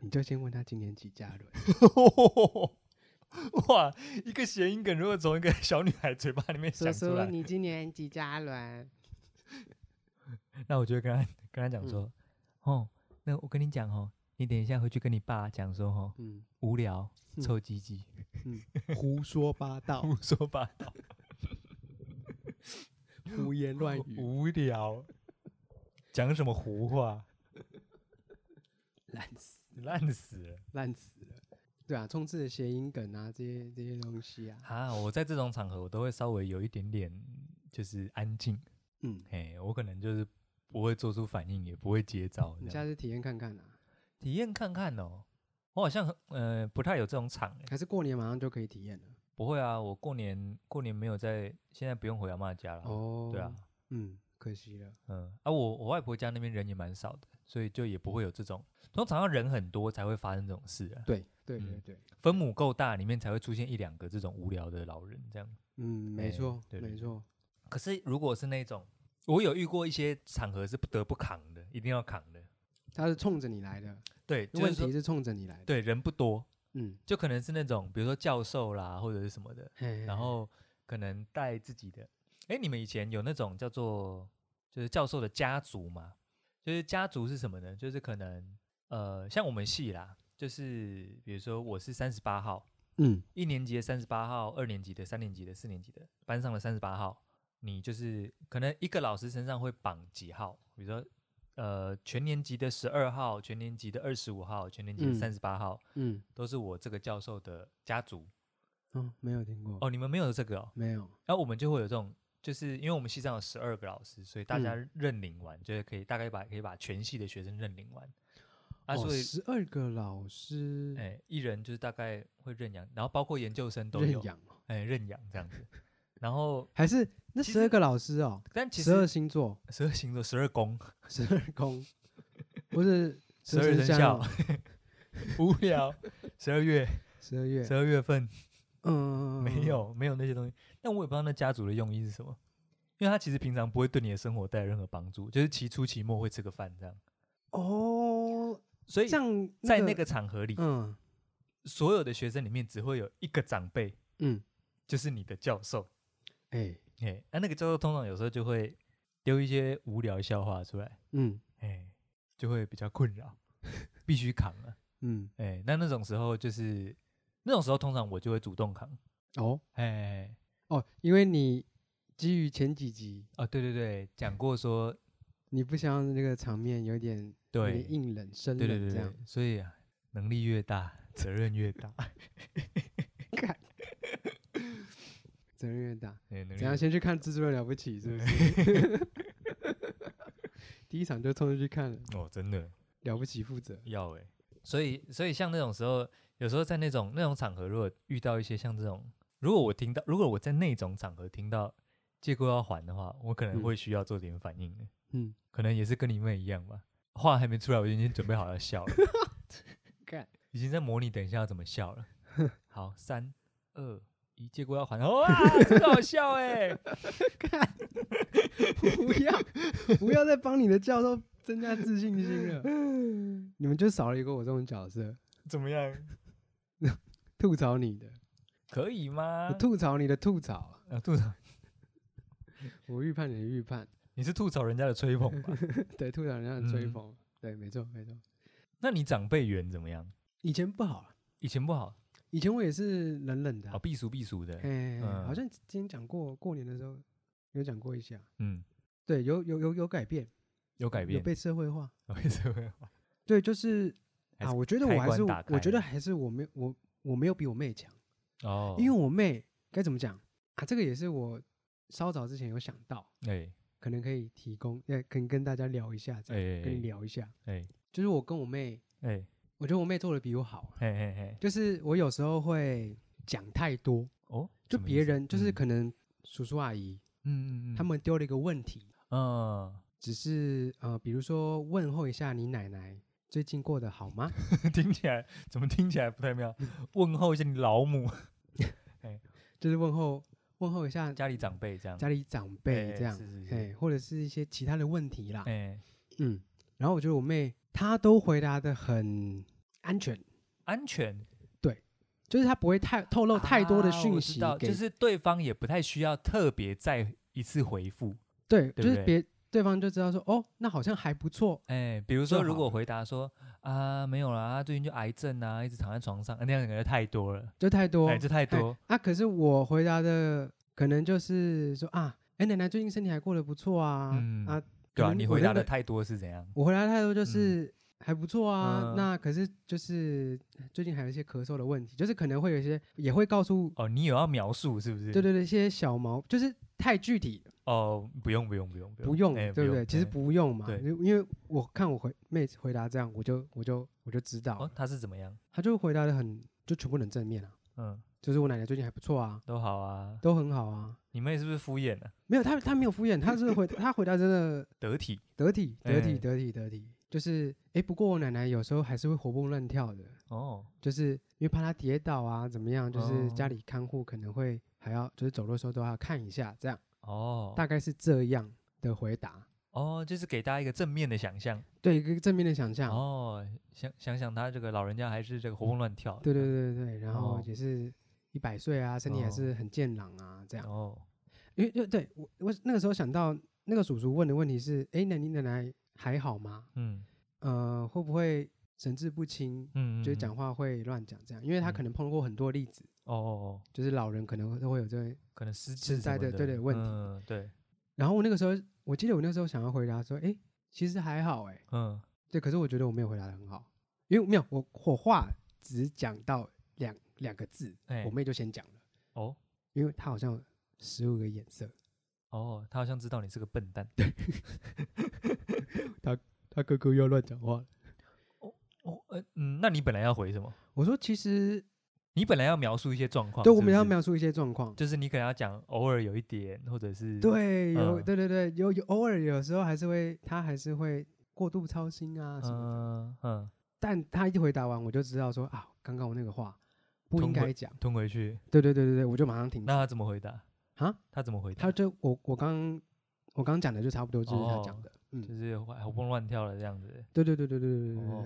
[SPEAKER 2] 你就先问他今年几加仑。
[SPEAKER 1] 哇，一个谐音梗如果从一个小女孩嘴巴里面
[SPEAKER 2] 叔
[SPEAKER 1] 想出
[SPEAKER 2] 叔，
[SPEAKER 1] 来，
[SPEAKER 2] 你今年几加仑？
[SPEAKER 1] 那我就会跟他 跟他讲
[SPEAKER 2] 嗯
[SPEAKER 1] 说，哦，那我跟你讲哦，你等一下回去跟你爸讲说哦，
[SPEAKER 2] 嗯，
[SPEAKER 1] 无聊，
[SPEAKER 2] 嗯
[SPEAKER 1] 臭鸡鸡，
[SPEAKER 2] 胡说八道，
[SPEAKER 1] 胡说八道，
[SPEAKER 2] 胡言乱语，
[SPEAKER 1] 无聊，讲什么胡话，
[SPEAKER 2] 烂死，
[SPEAKER 1] 烂死了
[SPEAKER 2] 烂死了。对啊，充斥的谐音梗啊，这些这些东西啊，
[SPEAKER 1] 啊！我在这种场合，我都会稍微有一点点就是安静，
[SPEAKER 2] 嗯，
[SPEAKER 1] 哎，我可能就是不会做出反应，也不会接招，
[SPEAKER 2] 你
[SPEAKER 1] 这样
[SPEAKER 2] 下次体验看看啊，
[SPEAKER 1] 体验看看哦。我好像很呃不太有这种场、欸，
[SPEAKER 2] 还是过年马上就可以体验了。
[SPEAKER 1] 不会啊，我过年过年没有在，现在不用回阿妈家了。
[SPEAKER 2] 哦，
[SPEAKER 1] 对啊，，
[SPEAKER 2] 嗯，可惜了，
[SPEAKER 1] 嗯啊，我我外婆家那边人也蛮少的，所以就也不会有这种，通常要人很多才会发生这种事啊。
[SPEAKER 2] 对对
[SPEAKER 1] 嗯
[SPEAKER 2] 对对，
[SPEAKER 1] 分母够大，里面才会出现一两个这种无聊的老人这样。
[SPEAKER 2] 嗯，
[SPEAKER 1] 哎
[SPEAKER 2] 没错，
[SPEAKER 1] 对对
[SPEAKER 2] 没
[SPEAKER 1] 对
[SPEAKER 2] 错，
[SPEAKER 1] 可是如果是那种，我有遇过一些场合是不得不扛的，一定要扛的。
[SPEAKER 2] 他是冲着你来的，
[SPEAKER 1] 对，就是
[SPEAKER 2] 问
[SPEAKER 1] 说
[SPEAKER 2] 题是冲着你来的，
[SPEAKER 1] 对人不多，
[SPEAKER 2] 嗯，
[SPEAKER 1] 就可能是那种比如说教授啦或者是什么的，
[SPEAKER 2] 嘿嘿
[SPEAKER 1] 然后可能带自己的。哎，你们以前有那种叫做就是教授的家族吗？就是家族是什么呢？就是可能呃，像我们系啦，就是比如说我是三十八号，
[SPEAKER 2] 嗯，
[SPEAKER 1] 一年级的三十八号，二年级的、三年级的、四年级的，班上的三十八号，你就是可能一个老师身上会绑几号，比如说呃，全年级的十二号，全年级的二十五号，全年级的
[SPEAKER 2] 嗯
[SPEAKER 1] 三十八号，
[SPEAKER 2] 嗯，
[SPEAKER 1] 都是我这个教授的家族。
[SPEAKER 2] 哦，没有听过，
[SPEAKER 1] 哦，你们没有这个哦。
[SPEAKER 2] 没有，
[SPEAKER 1] 然后我们就会有这种，就是因为我们系上有十二个老师，所以大家
[SPEAKER 2] 嗯
[SPEAKER 1] 认领完，就是可以大概把可以把全系的学生认领完。啊，
[SPEAKER 2] 哦，
[SPEAKER 1] 所以
[SPEAKER 2] 十二个老师
[SPEAKER 1] 哎、一人就是大概会认养，然后包括研究生都
[SPEAKER 2] 认
[SPEAKER 1] 有，
[SPEAKER 2] 养哦，
[SPEAKER 1] 哎、认养这样子。然后，
[SPEAKER 2] 还是那
[SPEAKER 1] 其
[SPEAKER 2] 十二
[SPEAKER 1] 实
[SPEAKER 2] 个老师哦，
[SPEAKER 1] 但其
[SPEAKER 2] 十二
[SPEAKER 1] 实
[SPEAKER 2] 星座，
[SPEAKER 1] 十二星座、十二宫、
[SPEAKER 2] 十二 宫，不是
[SPEAKER 1] 十二生肖
[SPEAKER 2] 肖，，
[SPEAKER 1] 无聊。十二月、
[SPEAKER 2] 十二月
[SPEAKER 1] 十，二月份
[SPEAKER 2] 嗯，
[SPEAKER 1] 没有没有那些东西，但我也不知道那家族的用意是什么，因为他其实平常不会对你的生活带来任何帮助，就是期初期末会吃个饭这样。
[SPEAKER 2] 哦，
[SPEAKER 1] 所以
[SPEAKER 2] 像
[SPEAKER 1] 在那个场合里，
[SPEAKER 2] 嗯
[SPEAKER 1] 所有的学生里面只会有一个长辈，
[SPEAKER 2] 嗯，
[SPEAKER 1] 就是你的教授。
[SPEAKER 2] 哎
[SPEAKER 1] 哎，那、那个教授通常有时候就会丢一些无聊笑话出来，
[SPEAKER 2] 嗯
[SPEAKER 1] 哎，就会比较困扰，必须扛啊。
[SPEAKER 2] 嗯
[SPEAKER 1] 哎，那那种时候就是那种时候，通常我就会主动扛。
[SPEAKER 2] 哦
[SPEAKER 1] 哎，
[SPEAKER 2] 哦，因为你基于前几集
[SPEAKER 1] 哦，对对对，讲过说，
[SPEAKER 2] 你不想让那个场面有点有
[SPEAKER 1] 对，
[SPEAKER 2] 点硬冷生
[SPEAKER 1] 对对
[SPEAKER 2] 冷
[SPEAKER 1] 对
[SPEAKER 2] 这
[SPEAKER 1] 对
[SPEAKER 2] 样，，
[SPEAKER 1] 所以啊，能力越大，责任越大。
[SPEAKER 2] 看 责任越大，
[SPEAKER 1] 哎能力
[SPEAKER 2] 怎样
[SPEAKER 1] 越
[SPEAKER 2] 先去看《蜘蛛人了不起》是不是？ 第一场就冲出去看了，
[SPEAKER 1] 哦，真的，
[SPEAKER 2] 了不起负责，
[SPEAKER 1] 要哎、所以所以像那种时候，有时候在那种那种场合，如果遇到一些像这种，如果我听到，如果我在那种场合听到借过要还的话，我可能
[SPEAKER 2] 嗯
[SPEAKER 1] 会需要做点反应的，
[SPEAKER 2] 嗯，
[SPEAKER 1] 可能也是跟你妹一样吧。话还没出来，我就已经准备好要笑了，
[SPEAKER 2] 干，
[SPEAKER 1] 已经在模拟等一下要怎么笑 了。好，三二一，借过要还，哇，真的好笑哎、
[SPEAKER 2] 不要不要再帮你的教授增加自信 心了，你们就少了一个我这种角色，
[SPEAKER 1] 怎么样？
[SPEAKER 2] 吐槽你的，
[SPEAKER 1] 可以吗啊
[SPEAKER 2] 我？吐槽你的吐槽，
[SPEAKER 1] 啊，吐槽
[SPEAKER 2] 我预判你的预判，
[SPEAKER 1] 你是吐槽人家的吹捧 吧？
[SPEAKER 2] 对，吐槽人家的吹
[SPEAKER 1] 嗯
[SPEAKER 2] 捧，对，没错没错。
[SPEAKER 1] 那你长辈缘怎么样？
[SPEAKER 2] 以前不好，啊
[SPEAKER 1] 以前不好，
[SPEAKER 2] 以前我也是冷冷的
[SPEAKER 1] 好哦
[SPEAKER 2] 啊，
[SPEAKER 1] 避俗避俗的，
[SPEAKER 2] 哎、好
[SPEAKER 1] 嗯
[SPEAKER 2] 像之前讲过，过年的时候有讲过一下，
[SPEAKER 1] 嗯，
[SPEAKER 2] 对，有有有有改变，
[SPEAKER 1] 有改
[SPEAKER 2] 有
[SPEAKER 1] 变，
[SPEAKER 2] 被社会化，
[SPEAKER 1] 为什么？
[SPEAKER 2] 对，就是
[SPEAKER 1] 还
[SPEAKER 2] 啊，
[SPEAKER 1] 是
[SPEAKER 2] 我觉得我
[SPEAKER 1] 开
[SPEAKER 2] 还
[SPEAKER 1] 关
[SPEAKER 2] 是
[SPEAKER 1] 打
[SPEAKER 2] 我
[SPEAKER 1] 开
[SPEAKER 2] 觉得还是我没我我没有比我妹强，
[SPEAKER 1] 哦，
[SPEAKER 2] 因为我妹该怎么讲啊，这个也是我稍早之前有想到，
[SPEAKER 1] 哎
[SPEAKER 2] 可能可以提供，呃，可以跟大家聊一下，这
[SPEAKER 1] 哎
[SPEAKER 2] 样、跟你
[SPEAKER 1] 哎
[SPEAKER 2] 聊一下，
[SPEAKER 1] 哎
[SPEAKER 2] 就是我跟我妹，
[SPEAKER 1] 哎
[SPEAKER 2] 我觉得我妹做的比我好啊，
[SPEAKER 1] 嘿嘿嘿，
[SPEAKER 2] 就是我有时候会讲太多，
[SPEAKER 1] 哦，
[SPEAKER 2] 就
[SPEAKER 1] 什么意
[SPEAKER 2] 别
[SPEAKER 1] 思
[SPEAKER 2] 人就是
[SPEAKER 1] 嗯
[SPEAKER 2] 可能叔叔阿姨、
[SPEAKER 1] 嗯嗯嗯，
[SPEAKER 2] 他们丢了一个问题，
[SPEAKER 1] 嗯，
[SPEAKER 2] 只是呃，比如说问候一下你奶奶最近过得好吗？
[SPEAKER 1] 听起来怎么听起来不太妙？
[SPEAKER 2] 嗯
[SPEAKER 1] 问候一下你老母，
[SPEAKER 2] 就是问候问候一下
[SPEAKER 1] 家里长辈这样，
[SPEAKER 2] 家里长辈
[SPEAKER 1] 哎
[SPEAKER 2] 这样
[SPEAKER 1] 是是，是
[SPEAKER 2] 哎，或者是一些其他的问题啦，
[SPEAKER 1] 哎，
[SPEAKER 2] 嗯。然后我觉得我妹她都回答的很安全，
[SPEAKER 1] 安全
[SPEAKER 2] 就是她不会太透露太多的
[SPEAKER 1] 啊
[SPEAKER 2] 讯
[SPEAKER 1] 我知
[SPEAKER 2] 息
[SPEAKER 1] 道
[SPEAKER 2] 给，
[SPEAKER 1] 就是对方也不太需要特别再一次回复。
[SPEAKER 2] 对，
[SPEAKER 1] 对不
[SPEAKER 2] 就是
[SPEAKER 1] 对
[SPEAKER 2] 别对方就知道说哦，那好像还不错，
[SPEAKER 1] 哎，比如
[SPEAKER 2] 就
[SPEAKER 1] 说，如
[SPEAKER 2] 好
[SPEAKER 1] 果
[SPEAKER 2] 了
[SPEAKER 1] 回答说啊没有啦，最近就癌症啊，一直躺在床上，那样感觉太多了，
[SPEAKER 2] 就太多
[SPEAKER 1] 哎，这太多，
[SPEAKER 2] 啊。可是我回答的可能就是说啊，哎，奶奶最近身体还过得不错啊，
[SPEAKER 1] 嗯
[SPEAKER 2] 啊，
[SPEAKER 1] 对啊，
[SPEAKER 2] 能
[SPEAKER 1] 你
[SPEAKER 2] 我
[SPEAKER 1] 回
[SPEAKER 2] 那
[SPEAKER 1] 答的
[SPEAKER 2] 个
[SPEAKER 1] 太多是怎样？
[SPEAKER 2] 我回答态度就
[SPEAKER 1] 嗯
[SPEAKER 2] 是还不错啊，
[SPEAKER 1] 嗯
[SPEAKER 2] 那可是就是最近还有一些咳嗽的问题，就是可能会有一些也会告诉，
[SPEAKER 1] 哦，你有要描述是不是？
[SPEAKER 2] 对对对，一些小毛就是太具体了
[SPEAKER 1] 哦，不用不用不用
[SPEAKER 2] 不用，
[SPEAKER 1] 哎
[SPEAKER 2] 对不对？其实
[SPEAKER 1] 哎
[SPEAKER 2] 不用嘛，
[SPEAKER 1] 对
[SPEAKER 2] 因为因为我看我回妹子回答这样，我就我就我就知道
[SPEAKER 1] 哦
[SPEAKER 2] 了，，
[SPEAKER 1] 他是怎么样？
[SPEAKER 2] 她就回答的很就全部很正面啊，
[SPEAKER 1] 嗯，
[SPEAKER 2] 就是我奶奶最近还不错啊，
[SPEAKER 1] 都好啊。
[SPEAKER 2] 都很好啊，
[SPEAKER 1] 你妹是不是敷衍了、
[SPEAKER 2] 没有她她没有敷衍，她是回她回答真的
[SPEAKER 1] 得体
[SPEAKER 2] 得体得
[SPEAKER 1] 哎
[SPEAKER 2] 体得体得体，就是哎，不过我奶奶有时候还是会活蹦乱跳的。
[SPEAKER 1] 哦，
[SPEAKER 2] 就是因为怕他跌倒啊，怎么样？就是
[SPEAKER 1] 哦
[SPEAKER 2] 家里看护可能会还要，就是走路的时候都要看一下，这样
[SPEAKER 1] 哦，
[SPEAKER 2] 大概是这样的回答。
[SPEAKER 1] 哦，就是给大家一个正面的想象
[SPEAKER 2] 对一个正面的想象，
[SPEAKER 1] 哦，想想想他这个老人家还是这个活蹦乱跳，
[SPEAKER 2] 对对，对对对，然后
[SPEAKER 1] 哦
[SPEAKER 2] 也是一百岁啊，身体还
[SPEAKER 1] 哦
[SPEAKER 2] 是很健朗啊，这样。
[SPEAKER 1] 哦，
[SPEAKER 2] 因为就对我我那个时候想到那个叔叔问的问题是，哎，那你奶奶还好吗？
[SPEAKER 1] 嗯
[SPEAKER 2] 呃，会不会神志不清？
[SPEAKER 1] 嗯，
[SPEAKER 2] 就是
[SPEAKER 1] 嗯
[SPEAKER 2] 讲话会乱讲这样，因为他可
[SPEAKER 1] 嗯
[SPEAKER 2] 能碰过很多例子，
[SPEAKER 1] 哦哦哦，
[SPEAKER 2] 就是老人可能都会有这个
[SPEAKER 1] 可能失
[SPEAKER 2] 实
[SPEAKER 1] 智什
[SPEAKER 2] 在
[SPEAKER 1] 么
[SPEAKER 2] 的对对问题
[SPEAKER 1] 嗯对，
[SPEAKER 2] 然后我那个时候，我记得我那时候想要回答说，哎，其实还好，哎，
[SPEAKER 1] 嗯
[SPEAKER 2] 对，可是我觉得我没有回答的很好，因为没有我我话只讲到两两个字，
[SPEAKER 1] 哎
[SPEAKER 2] 我妹就先讲了，
[SPEAKER 1] 哦
[SPEAKER 2] 因为她好像十五个眼色，
[SPEAKER 1] 哦，他好像知道你是个笨蛋
[SPEAKER 2] 她哥哥又乱讲话了。
[SPEAKER 1] 哦，呃嗯，那你本来要回什么？
[SPEAKER 2] 我说其实
[SPEAKER 1] 你本来要描述一些状况，
[SPEAKER 2] 对，
[SPEAKER 1] 哦是
[SPEAKER 2] 我
[SPEAKER 1] 不
[SPEAKER 2] 们要
[SPEAKER 1] 是，
[SPEAKER 2] 描述一些状况，
[SPEAKER 1] 就是你可能要讲偶尔有一点，或者是
[SPEAKER 2] 对，有、
[SPEAKER 1] 嗯
[SPEAKER 2] 对对对，有有偶尔有时候还是会，她还是会过度操心啊什么的，
[SPEAKER 1] 嗯嗯，
[SPEAKER 2] 但她一回答完，我就知道说啊，刚刚我那个话不应
[SPEAKER 1] 吞回
[SPEAKER 2] 该讲，
[SPEAKER 1] 吞回去，
[SPEAKER 2] 对对对对对，我就马上停止
[SPEAKER 1] 那他怎么回答？
[SPEAKER 2] 嗯啊。
[SPEAKER 1] 他怎么回答？
[SPEAKER 2] 他就我我刚我刚讲的就差不多就是他讲的，
[SPEAKER 1] 就
[SPEAKER 2] 嗯，
[SPEAKER 1] 是活活蹦乱跳的这样子，
[SPEAKER 2] 对对对对对对对对对，
[SPEAKER 1] 哦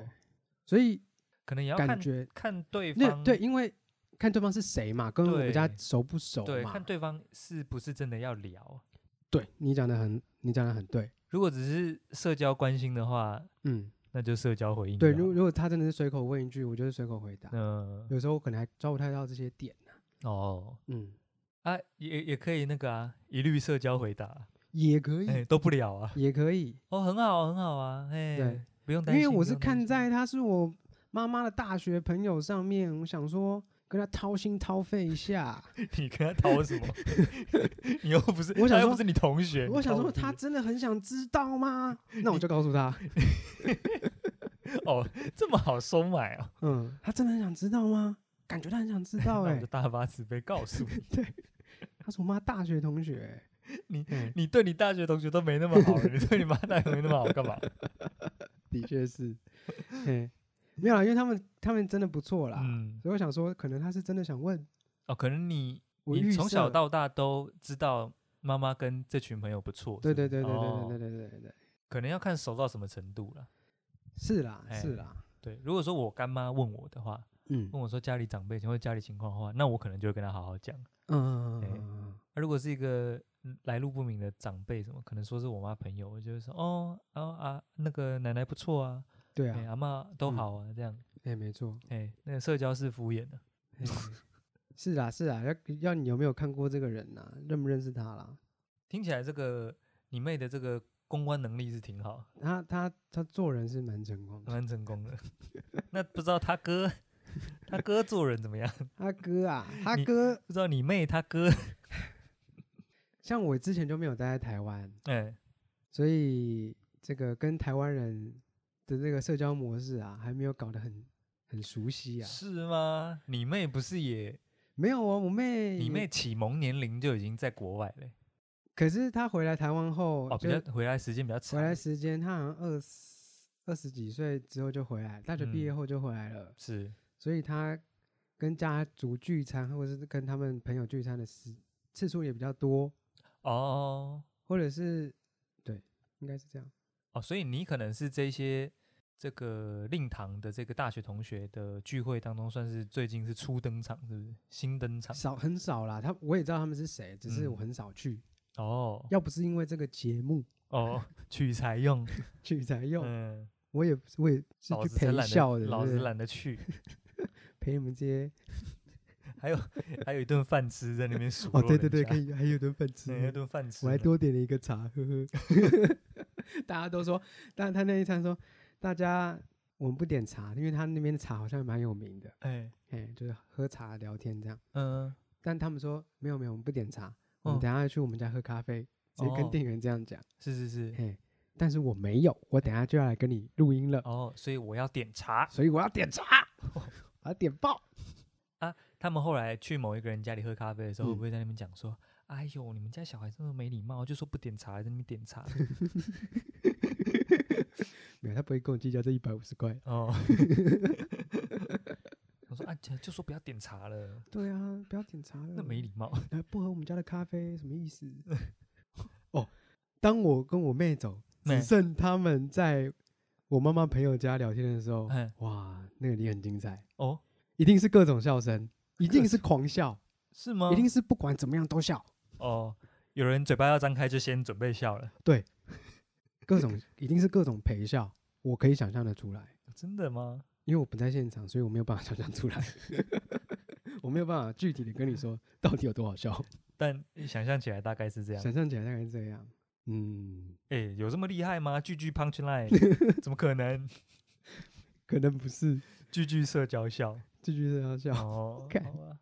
[SPEAKER 2] 所以
[SPEAKER 1] 可能也要看
[SPEAKER 2] 感觉
[SPEAKER 1] 看对
[SPEAKER 2] 那
[SPEAKER 1] 方，
[SPEAKER 2] 对，因为看对方是谁嘛，跟我们家
[SPEAKER 1] 对
[SPEAKER 2] 熟不熟
[SPEAKER 1] 对，
[SPEAKER 2] 嘛，
[SPEAKER 1] 看对方是不是真的要聊。
[SPEAKER 2] 对你讲的很你讲的很对，
[SPEAKER 1] 如果只是社交关心的话，
[SPEAKER 2] 嗯，
[SPEAKER 1] 那就社交回应就
[SPEAKER 2] 对，
[SPEAKER 1] 嗯好了。
[SPEAKER 2] 如如果他真的是随口问一句，我就是随口回答，
[SPEAKER 1] 嗯、
[SPEAKER 2] 有时候我可能还抓不太到这些点呢、
[SPEAKER 1] 哦
[SPEAKER 2] 嗯，
[SPEAKER 1] 啊，也也可以那个啊，一律社交回答，
[SPEAKER 2] 也可以，
[SPEAKER 1] 哎、都不聊啊，
[SPEAKER 2] 也可以，
[SPEAKER 1] 哦，很好，很好啊，哎、
[SPEAKER 2] 对
[SPEAKER 1] 不用
[SPEAKER 2] 因
[SPEAKER 1] 担心，
[SPEAKER 2] 为我
[SPEAKER 1] 不
[SPEAKER 2] 是
[SPEAKER 1] 用担
[SPEAKER 2] 看
[SPEAKER 1] 心
[SPEAKER 2] 在他是我妈妈的大学朋友上面，我想说跟他掏心掏肺 一下。
[SPEAKER 1] 你跟他讨什么， 你又不是，
[SPEAKER 2] 我想
[SPEAKER 1] 他又
[SPEAKER 2] 说
[SPEAKER 1] 不是你同学，
[SPEAKER 2] 我
[SPEAKER 1] 你
[SPEAKER 2] 想
[SPEAKER 1] 讨
[SPEAKER 2] 说，
[SPEAKER 1] 屁
[SPEAKER 2] 他真的很想知道吗？那我就告诉 他，
[SPEAKER 1] 哦，这么好收买啊，
[SPEAKER 2] 嗯，他真的很想知道吗？感觉他很想知道、
[SPEAKER 1] 那我
[SPEAKER 2] 欸，
[SPEAKER 1] 就
[SPEAKER 2] 哎，
[SPEAKER 1] 大发慈悲告 诉你，
[SPEAKER 2] 他是我妈大学同学、欸，嗯
[SPEAKER 1] 你对你大学同学都没那么好了，你对你妈大学同学那么好干 嘛？
[SPEAKER 2] 的确 是，嘿，没有啦，因为他们他们真的不错啦，
[SPEAKER 1] 嗯，
[SPEAKER 2] 所以我想说，可能他是真的想问
[SPEAKER 1] 哦，可能你
[SPEAKER 2] 我预
[SPEAKER 1] 你从小
[SPEAKER 2] 设
[SPEAKER 1] 到大都知道妈妈跟这群朋友不错，是
[SPEAKER 2] 对
[SPEAKER 1] 不
[SPEAKER 2] 对
[SPEAKER 1] 是
[SPEAKER 2] 对对对
[SPEAKER 1] 哦
[SPEAKER 2] 对对对对对，
[SPEAKER 1] 可能要看熟到什么程度了。
[SPEAKER 2] 是啦
[SPEAKER 1] 哎
[SPEAKER 2] 是啦，
[SPEAKER 1] 对，如果说我干妈问我的话，
[SPEAKER 2] 嗯
[SPEAKER 1] 哦问我说家里长辈情况或家里情况的话，那我可能就会跟她好好讲。
[SPEAKER 2] 嗯嗯嗯
[SPEAKER 1] 哎
[SPEAKER 2] 嗯，嗯
[SPEAKER 1] 啊如果是一个嗯来路不明的长辈，什么可能说是我妈朋友，我就会说哦啊啊，那个奶奶不错啊，
[SPEAKER 2] 对
[SPEAKER 1] 哎、
[SPEAKER 2] 啊，
[SPEAKER 1] 阿妈都
[SPEAKER 2] 嗯
[SPEAKER 1] 好啊，这样，
[SPEAKER 2] 哎、没错，
[SPEAKER 1] 哎、那个社交是敷衍的、
[SPEAKER 2] 哎 是啦是啦，啊要要你有没有看过这个人呐、认不认识他啦？
[SPEAKER 1] 听起来这个你妹的这个公关能力是挺好，
[SPEAKER 2] 他他他做人是蛮成功的，
[SPEAKER 1] 蛮成功的。 那不知道他哥，他哥做人怎么样？
[SPEAKER 2] 他哥啊，他
[SPEAKER 1] 你
[SPEAKER 2] 哥
[SPEAKER 1] 不知道你妹他哥，
[SPEAKER 2] 像我之前就没有待在台湾，
[SPEAKER 1] 哎、
[SPEAKER 2] 所以这个跟台湾人的这个社交模式啊，还没有搞得很很熟悉啊。
[SPEAKER 1] 是吗？你妹不是也，
[SPEAKER 2] 没有啊，我妹，
[SPEAKER 1] 你妹，启蒙年龄就已经在国外了欸、
[SPEAKER 2] 可是她回来台湾后，
[SPEAKER 1] 哦，比
[SPEAKER 2] 就
[SPEAKER 1] 较回来时间比较长
[SPEAKER 2] 回
[SPEAKER 1] 欸，
[SPEAKER 2] 来时间，她好像二十二十几岁之后就回来，大学毕业
[SPEAKER 1] 嗯
[SPEAKER 2] 后就回来了，
[SPEAKER 1] 是
[SPEAKER 2] 所以她跟家族聚餐或者是跟他们朋友聚餐的时次数也比较多，
[SPEAKER 1] 哦
[SPEAKER 2] 或者是对，应该是这样。
[SPEAKER 1] 哦，所以你可能是这些这个令堂的这个大学同学的聚会当中，算是最近是初登场，是不是新登场？
[SPEAKER 2] 少很少啦，他我也知道他们是谁，只是
[SPEAKER 1] 嗯
[SPEAKER 2] 我很少去。
[SPEAKER 1] 哦
[SPEAKER 2] 要不是因为这个节目
[SPEAKER 1] 哦，取材用，
[SPEAKER 2] 去才用，
[SPEAKER 1] 嗯，
[SPEAKER 2] 我也我也是
[SPEAKER 1] 老
[SPEAKER 2] 去
[SPEAKER 1] 子才
[SPEAKER 2] 陪
[SPEAKER 1] 懒
[SPEAKER 2] 笑
[SPEAKER 1] 得，
[SPEAKER 2] 的，
[SPEAKER 1] 老
[SPEAKER 2] 对
[SPEAKER 1] 子
[SPEAKER 2] 不对
[SPEAKER 1] 懒得 去，
[SPEAKER 2] 陪你们这些
[SPEAKER 1] 还有还有一顿饭吃在那边数落
[SPEAKER 2] 哦，对
[SPEAKER 1] 人
[SPEAKER 2] 对对，
[SPEAKER 1] 家
[SPEAKER 2] 可，以还有顿饭吃
[SPEAKER 1] 对， 还有一顿饭吃
[SPEAKER 2] 我
[SPEAKER 1] 呢，
[SPEAKER 2] 还多点了一个茶，呵呵。 大家都说，但他那一餐说，大家我们不点茶，因为他那边的茶好像蛮有名的，
[SPEAKER 1] 哎
[SPEAKER 2] 哎，就是喝茶聊天这样。
[SPEAKER 1] 嗯
[SPEAKER 2] 但他们说没有没有，我们不点茶，我
[SPEAKER 1] 嗯
[SPEAKER 2] 们等一下去我们家喝咖啡，直接
[SPEAKER 1] 哦
[SPEAKER 2] 跟店员这样讲，
[SPEAKER 1] 是是是
[SPEAKER 2] 嘿。但是我没有，我等一下就要来跟你录音了。
[SPEAKER 1] 哦，所以我要点茶。
[SPEAKER 2] 所以我要点茶， 我要点爆。
[SPEAKER 1] 他们后来去某一个人家里喝咖啡的时候，会
[SPEAKER 2] 嗯
[SPEAKER 1] 不会在那边讲说：“哎呦，你们家小孩真的没礼貌，就说不点茶，还在那边点茶。
[SPEAKER 2] 没有，他不会跟我计较这一百五十块”。
[SPEAKER 1] 哦， 我说：“啊，就就说不要点茶了，
[SPEAKER 2] 对啊，不要点茶了，
[SPEAKER 1] 那没礼貌。
[SPEAKER 2] 哎不喝我们家的咖啡，什么意思？ 哦，当我跟我妹走，
[SPEAKER 1] 妹
[SPEAKER 2] 只剩他们在我妈妈朋友家聊天的时候
[SPEAKER 1] 哎，
[SPEAKER 2] 哇，那个也很精彩，”
[SPEAKER 1] 哦，
[SPEAKER 2] 一定是各种笑声，一定
[SPEAKER 1] 各嗯
[SPEAKER 2] 是狂笑，
[SPEAKER 1] 是吗？
[SPEAKER 2] 一定是不管怎么样都笑，
[SPEAKER 1] 哦，有人嘴巴要张开就先准备笑了，
[SPEAKER 2] 各种一定是各种陪笑，我可以想象的出来。
[SPEAKER 1] 真的吗？
[SPEAKER 2] 因为我不在现场，所以我没有办法想 象出来，我没有办法具体的跟你说到底有多好笑。
[SPEAKER 1] 但想象起来大概是这样。
[SPEAKER 2] 想象起来大概是这样，嗯，
[SPEAKER 1] 哎、有这么厉害吗？句句 punch line，怎么可能？
[SPEAKER 2] 可能不是，
[SPEAKER 1] 句句社交笑。
[SPEAKER 2] 继续这样笑，
[SPEAKER 1] 哦，
[SPEAKER 2] 看
[SPEAKER 1] 好吧。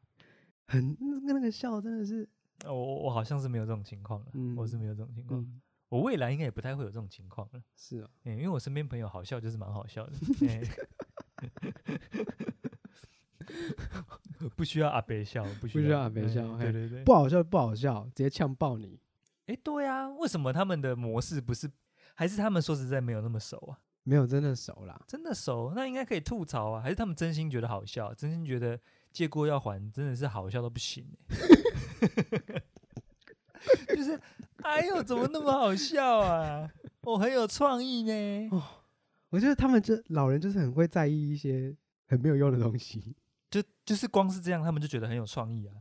[SPEAKER 2] 很那个那个笑真的是，
[SPEAKER 1] 哦我我好像是没有这种情况了，我是
[SPEAKER 2] 嗯
[SPEAKER 1] 没有这种情况。
[SPEAKER 2] 嗯，
[SPEAKER 1] 我未来应该也不太会有这种情况了，
[SPEAKER 2] 是啊，
[SPEAKER 1] 嗯，因为我身边朋友好笑就是蛮好 笑的，哎嗯 不需要阿北笑，不需
[SPEAKER 2] 不需要阿伯笑
[SPEAKER 1] 嗯
[SPEAKER 2] 嘿
[SPEAKER 1] 对对对，
[SPEAKER 2] 不好笑不好笑，直接呛爆你。
[SPEAKER 1] 哎，对啊，为什么他们的模式不是？还是他们说实在没有那么熟啊？
[SPEAKER 2] 没有真的熟啦，
[SPEAKER 1] 真的熟，那应该可以吐槽啊？还是他们真心觉得好笑，真心觉得借过要还，真的是好笑到不行、欸 就是，哎呦，怎么那么好笑啊？我、很有创意呢。
[SPEAKER 2] 我觉得他们这老人就是很会在意一些很没有用的东西，
[SPEAKER 1] 就就是光是这样，他们就觉得很有创意啊。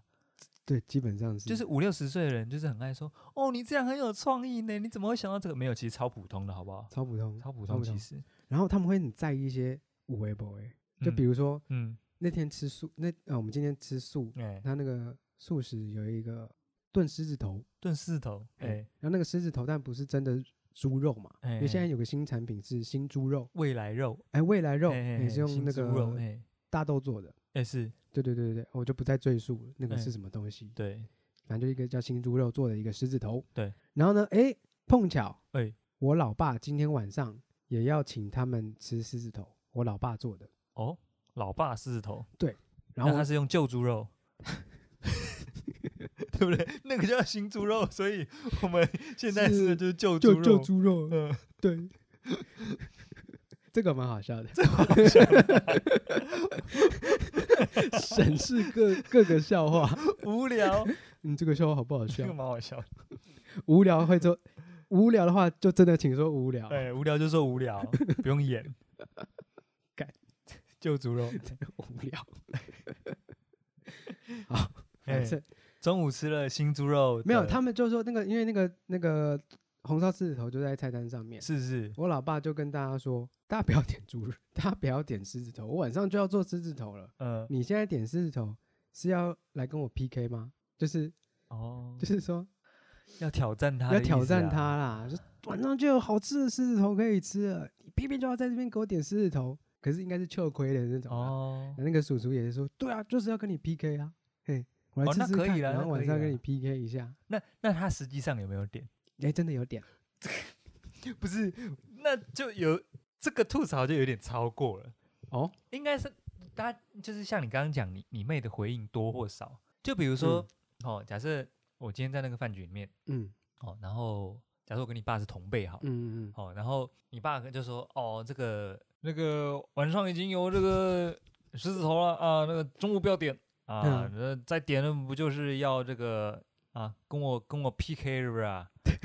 [SPEAKER 2] 对，基本上是，
[SPEAKER 1] 就是五六十岁的人，就是很爱说：“哦，你这样很有创意呢，你怎么会想到这个？”没有，其实超普通的，好不好？
[SPEAKER 2] 超普通，
[SPEAKER 1] 超普
[SPEAKER 2] 超
[SPEAKER 1] 通，
[SPEAKER 2] 普
[SPEAKER 1] 其
[SPEAKER 2] 通
[SPEAKER 1] 实。
[SPEAKER 2] 然后他们会很在意一些五维博诶，就
[SPEAKER 1] 嗯
[SPEAKER 2] 比如说
[SPEAKER 1] 嗯，
[SPEAKER 2] 那天吃素，那呃我们今天吃素，
[SPEAKER 1] 哎、
[SPEAKER 2] 他那个素食有一个炖狮子头，
[SPEAKER 1] 炖狮头，哎、
[SPEAKER 2] 哎然后那个狮子头但不是真的猪肉嘛，
[SPEAKER 1] 哎
[SPEAKER 2] 因为现在
[SPEAKER 1] 哎
[SPEAKER 2] 嗯有个新产品是新猪肉，
[SPEAKER 1] 未来肉，
[SPEAKER 2] 哎，未来肉
[SPEAKER 1] 哎哎
[SPEAKER 2] 也
[SPEAKER 1] 哎
[SPEAKER 2] 是用
[SPEAKER 1] 新
[SPEAKER 2] 那
[SPEAKER 1] 猪肉，哎、
[SPEAKER 2] 个大豆做的，
[SPEAKER 1] 哎、是
[SPEAKER 2] 对对对对，哦我就不再赘述了那个
[SPEAKER 1] 哎
[SPEAKER 2] 是什么东西，
[SPEAKER 1] 对，
[SPEAKER 2] 反正就一个叫新猪肉做的一个狮子头，
[SPEAKER 1] 对，
[SPEAKER 2] 然后呢，哎，碰巧，
[SPEAKER 1] 哎，
[SPEAKER 2] 我老爸今天晚上也要请他们吃狮子头，我老爸做的，
[SPEAKER 1] 哦，老爸狮子头，
[SPEAKER 2] 然
[SPEAKER 1] 那
[SPEAKER 2] 后
[SPEAKER 1] 他
[SPEAKER 2] 我
[SPEAKER 1] 是用旧猪肉。 对不对？那个叫新猪肉，所以我们现在吃的
[SPEAKER 2] 是
[SPEAKER 1] 就是旧猪
[SPEAKER 2] 就
[SPEAKER 1] 肉。
[SPEAKER 2] 就猪肉，
[SPEAKER 1] 嗯，
[SPEAKER 2] 对，这个蛮好笑的。 审视各各个笑话，
[SPEAKER 1] 无聊，
[SPEAKER 2] 你这个笑话 好不好
[SPEAKER 1] 这个
[SPEAKER 2] 笑？
[SPEAKER 1] 蛮好笑的。
[SPEAKER 2] 无聊会说，无聊的话就真的请说无聊。
[SPEAKER 1] 哎，无聊就说无聊，不用演
[SPEAKER 2] 干。
[SPEAKER 1] 就猪肉，
[SPEAKER 2] 无聊。好，
[SPEAKER 1] 哎
[SPEAKER 2] 反，正
[SPEAKER 1] 中午吃了新猪肉的，
[SPEAKER 2] 没有，他们就说那个，因为那个那个红烧狮子头就在菜单上面。
[SPEAKER 1] 是是
[SPEAKER 2] 我老爸就跟大家说，大家不要点猪肉，大家不要点狮子头，我晚上就要做狮子头了。
[SPEAKER 1] 嗯
[SPEAKER 2] 你现在点狮子头是要来跟我 PK 吗？就是
[SPEAKER 1] 哦，
[SPEAKER 2] 就是说
[SPEAKER 1] 要挑战他，
[SPEAKER 2] 要挑
[SPEAKER 1] 啊
[SPEAKER 2] 战他，啦，就
[SPEAKER 1] 嗯
[SPEAKER 2] 晚上就有好吃的狮子头可以吃了，你偏偏就要在这边给我点狮子头，可是应该是秋葵的那种啊。
[SPEAKER 1] 哦，
[SPEAKER 2] 那个叔叔也是说，对啊，就是要跟你 PK 啊，嘿，我来
[SPEAKER 1] 哦
[SPEAKER 2] 吃
[SPEAKER 1] 那
[SPEAKER 2] 吃
[SPEAKER 1] 可以
[SPEAKER 2] 看，
[SPEAKER 1] 啦
[SPEAKER 2] 然
[SPEAKER 1] 那
[SPEAKER 2] 后
[SPEAKER 1] 可
[SPEAKER 2] 晚
[SPEAKER 1] 以
[SPEAKER 2] 上跟
[SPEAKER 1] 啦
[SPEAKER 2] 你 PK 一下。
[SPEAKER 1] 那那他实际上有没有点？
[SPEAKER 2] 哎，真的有
[SPEAKER 1] 哦
[SPEAKER 2] 点，
[SPEAKER 1] 不是，那就有这个吐槽就有点超过了
[SPEAKER 2] 哦，
[SPEAKER 1] 应该是大家就是像你刚刚讲，你你妹的回应多或少，就比如说、哦，假设我今天在那个饭局里面
[SPEAKER 2] 嗯
[SPEAKER 1] 哦，然后假设我跟你爸是同辈好了，
[SPEAKER 2] 嗯嗯
[SPEAKER 1] 哦，然后你爸就说哦，这个那个晚上已经有这个 狮子头了啊，那个中午不要点啊，
[SPEAKER 2] 嗯
[SPEAKER 1] 那、再点了不就是要这个啊，跟我跟我 PK 是不是 啊？
[SPEAKER 2] 对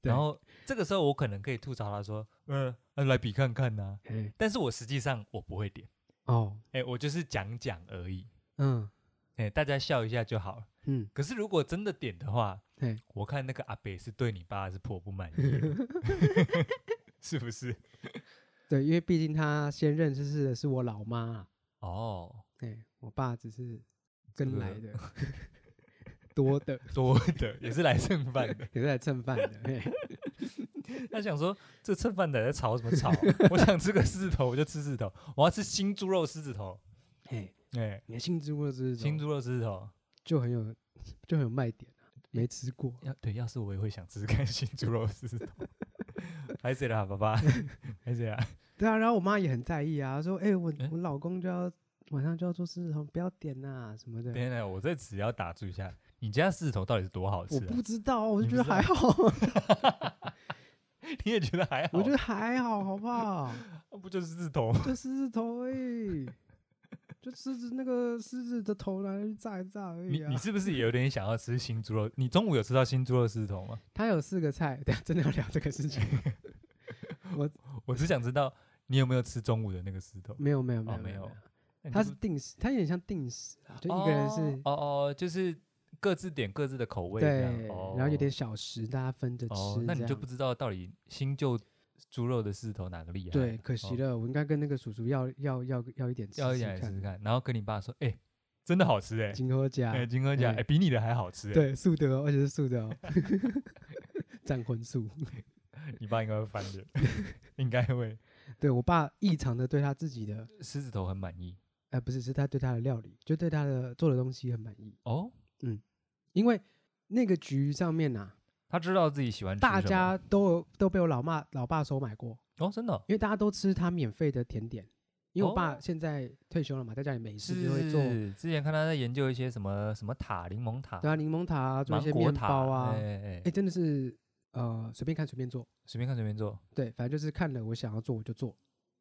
[SPEAKER 2] 对
[SPEAKER 1] 然后这个时候我可能可以吐槽他说，嗯、那来比看看呐、
[SPEAKER 2] 嗯，哎，
[SPEAKER 1] 但是我实际上我不会点，
[SPEAKER 2] 哦，
[SPEAKER 1] 哎，我就是讲讲而已，
[SPEAKER 2] 嗯
[SPEAKER 1] 哎，大家笑一下就好了。
[SPEAKER 2] 嗯，
[SPEAKER 1] 可是如果真的点的话，
[SPEAKER 2] 哎，
[SPEAKER 1] 我看那个阿北是对你爸是颇不满意 的，是不是？
[SPEAKER 2] 对，因为毕竟他先认识是是我老妈啊，
[SPEAKER 1] 哦，
[SPEAKER 2] 哎，我爸只是
[SPEAKER 1] 这
[SPEAKER 2] 跟
[SPEAKER 1] 个
[SPEAKER 2] 来的 多的，
[SPEAKER 1] 多的也是来蹭饭的。
[SPEAKER 2] 也是来蹭饭的， 嘿
[SPEAKER 1] 他想说，这蹭饭的在吵什么吵啊、我想吃个狮子头，我就吃狮子头；我要吃新猪肉狮子头，
[SPEAKER 2] 嘿，
[SPEAKER 1] 哎、
[SPEAKER 2] 你的新猪肉是
[SPEAKER 1] 新猪肉狮子头。
[SPEAKER 2] 就很有就很有卖点啊，没吃过，
[SPEAKER 1] 要对，要是我也会想吃吃看新猪肉狮子头。还是啦，爸爸，还是啦。
[SPEAKER 2] 对啊，然后我妈也很在意啊，她说，哎，我
[SPEAKER 1] 哎
[SPEAKER 2] 我老公就要晚上就要做狮子头，不要点呐什么的，
[SPEAKER 1] 等一下，我这只要打住一下，你家狮子头到底是多好吃、
[SPEAKER 2] 我
[SPEAKER 1] 啊？
[SPEAKER 2] 不知道，我
[SPEAKER 1] 你
[SPEAKER 2] 就觉
[SPEAKER 1] 不
[SPEAKER 2] 得
[SPEAKER 1] 知道
[SPEAKER 2] 还好，
[SPEAKER 1] 你也觉得还好？啊
[SPEAKER 2] 我觉得还好，好不好？
[SPEAKER 1] 不就是狮子头？
[SPEAKER 2] 就狮子头而已，就狮子那个狮子的头拿去炸一炸而已
[SPEAKER 1] 你
[SPEAKER 2] 啊
[SPEAKER 1] 你。是不是也有点想要吃新猪肉？你中午有吃到新猪肉狮子头吗？
[SPEAKER 2] 他有四个菜，等下真的要聊这个 事情吗？
[SPEAKER 1] 我只想知道你有没有吃中午的那个狮子头。
[SPEAKER 2] 没有没有没
[SPEAKER 1] 哦，
[SPEAKER 2] 有
[SPEAKER 1] 没有，，那你
[SPEAKER 2] 他
[SPEAKER 1] 就是
[SPEAKER 2] 定时，他有点像定时啊，就一个人是
[SPEAKER 1] 哦哦哦，就是各自点各自的口味这
[SPEAKER 2] 对
[SPEAKER 1] 样，，
[SPEAKER 2] 然后有点
[SPEAKER 1] 哦
[SPEAKER 2] 小食，大家分着
[SPEAKER 1] 哦
[SPEAKER 2] 吃，，
[SPEAKER 1] 那你
[SPEAKER 2] 这
[SPEAKER 1] 就
[SPEAKER 2] 样
[SPEAKER 1] 不知道到底新旧猪肉的狮头哪个厉害？
[SPEAKER 2] 对，可惜
[SPEAKER 1] 哦，
[SPEAKER 2] 了，我应该跟那个叔叔要要要要一点吃
[SPEAKER 1] 要一
[SPEAKER 2] 吃
[SPEAKER 1] 点来试试
[SPEAKER 2] 看，
[SPEAKER 1] 看，然后跟你爸说，哎，真的好 吃哎，
[SPEAKER 2] 金喝家
[SPEAKER 1] 哎，金哥讲，哎，
[SPEAKER 2] 哎
[SPEAKER 1] 比你的还好吃，，
[SPEAKER 2] 对素的哦，而且是素的哦， 战荤素。
[SPEAKER 1] 哎你爸应该会翻脸，应该会，
[SPEAKER 2] 对我爸异常的对他自己的，
[SPEAKER 1] 狮子头很满意
[SPEAKER 2] 呃，不是，是他对他的料理，就对他的做的东西很满意。
[SPEAKER 1] 哦，
[SPEAKER 2] 因为那个局上面呐、
[SPEAKER 1] 他知道自己喜欢吃
[SPEAKER 2] 大
[SPEAKER 1] 什么
[SPEAKER 2] 家都有都被我老妈老爸收买过，
[SPEAKER 1] 哦，真的哦
[SPEAKER 2] 因为大家都吃他免费的甜点。因为我爸
[SPEAKER 1] 哦
[SPEAKER 2] 现在退休了嘛，在家里没事
[SPEAKER 1] 是
[SPEAKER 2] 就会做，
[SPEAKER 1] 之前看他在研究一些什么什么塔，柠檬塔
[SPEAKER 2] 对。啊，柠檬塔啊，做一
[SPEAKER 1] 芒
[SPEAKER 2] 些
[SPEAKER 1] 果
[SPEAKER 2] 面
[SPEAKER 1] 塔
[SPEAKER 2] 包啊，
[SPEAKER 1] 哎
[SPEAKER 2] 哎、
[SPEAKER 1] 哎，哎
[SPEAKER 2] 真的是呃随便看随便做，
[SPEAKER 1] 随便看随便做
[SPEAKER 2] 对，反正就是看了我想要做我就做，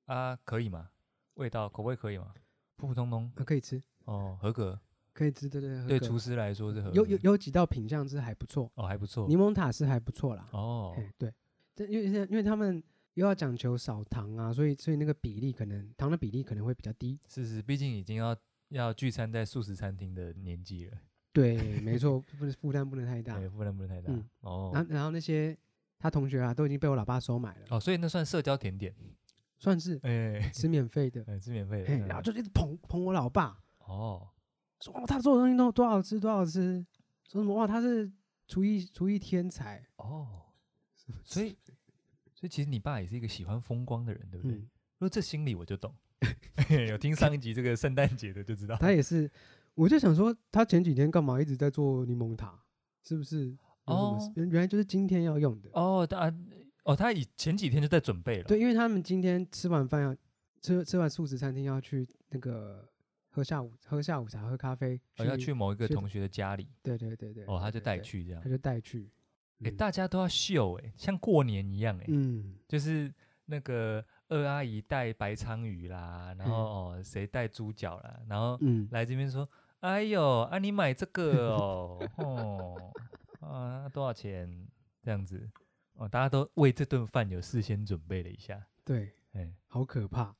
[SPEAKER 1] 啊，可以吗？味道口味可以吗？普普通通
[SPEAKER 2] 啊、可以吃，
[SPEAKER 1] 哦，合格。
[SPEAKER 2] 可以吃，对对
[SPEAKER 1] 对
[SPEAKER 2] 对，
[SPEAKER 1] 厨师来说是合格
[SPEAKER 2] 有有有几道品相是还不错，
[SPEAKER 1] 哦，还不错
[SPEAKER 2] 柠檬塔是还不错啦，
[SPEAKER 1] 哦
[SPEAKER 2] 哎，对，这因为现在因为他们又要讲求少糖啊，所以所以那个比例可能糖的比例可能会比较低。
[SPEAKER 1] 是是，毕竟已经要要聚餐在素食餐厅的年纪了，
[SPEAKER 2] 对，没错，不能负担不能太 大。
[SPEAKER 1] 对，负担不能太大
[SPEAKER 2] 啊嗯然
[SPEAKER 1] 哦
[SPEAKER 2] 后然后那些他同学啊，都已经被我老爸收买了，
[SPEAKER 1] 哦，所以那算社交甜点，
[SPEAKER 2] 算是
[SPEAKER 1] 哎，
[SPEAKER 2] 吃免费的
[SPEAKER 1] 哎，是免费的
[SPEAKER 2] 嘿，
[SPEAKER 1] 嗯
[SPEAKER 2] 然后就一直捧捧我老爸，
[SPEAKER 1] 哦
[SPEAKER 2] 说哦他做的东西都多好吃多好吃，说什么哇他是厨艺厨艺天才，
[SPEAKER 1] 哦，所以所以其实你爸也是一个喜欢风光的人，对不对？
[SPEAKER 2] 嗯，
[SPEAKER 1] 如果这心理我就 懂，有听上一集这个圣诞节的就知道，
[SPEAKER 2] 他也是，我就想说他前几天干嘛一直在做柠檬塔，是不是？有什么
[SPEAKER 1] 哦
[SPEAKER 2] 事原原来就是今天要用的。
[SPEAKER 1] 哦，他哦，他以前几天就在准备了。
[SPEAKER 2] 对，因为他们今天吃完饭要吃吃完素食餐厅要去那个喝下午喝下午茶喝咖啡，
[SPEAKER 1] 哦，要去某一个
[SPEAKER 2] 去
[SPEAKER 1] 同学的家里，
[SPEAKER 2] 对对对对，
[SPEAKER 1] 哦，他
[SPEAKER 2] 对
[SPEAKER 1] 就
[SPEAKER 2] 对
[SPEAKER 1] 带
[SPEAKER 2] 对，
[SPEAKER 1] 去这样
[SPEAKER 2] 他。就带去。
[SPEAKER 1] 哎，大家都要秀哎，像过年一样哎，
[SPEAKER 2] 嗯
[SPEAKER 1] 就是那个二阿姨带白鲳鱼啦，然后哦谁带猪脚啦，然后
[SPEAKER 2] 嗯，
[SPEAKER 1] 来这边说，哎呦，啊你买这个哦，哦， 啊多少钱？这样子哦，大家都为这顿饭有事先准备了一下，
[SPEAKER 2] 对，
[SPEAKER 1] 哎，
[SPEAKER 2] 好可怕。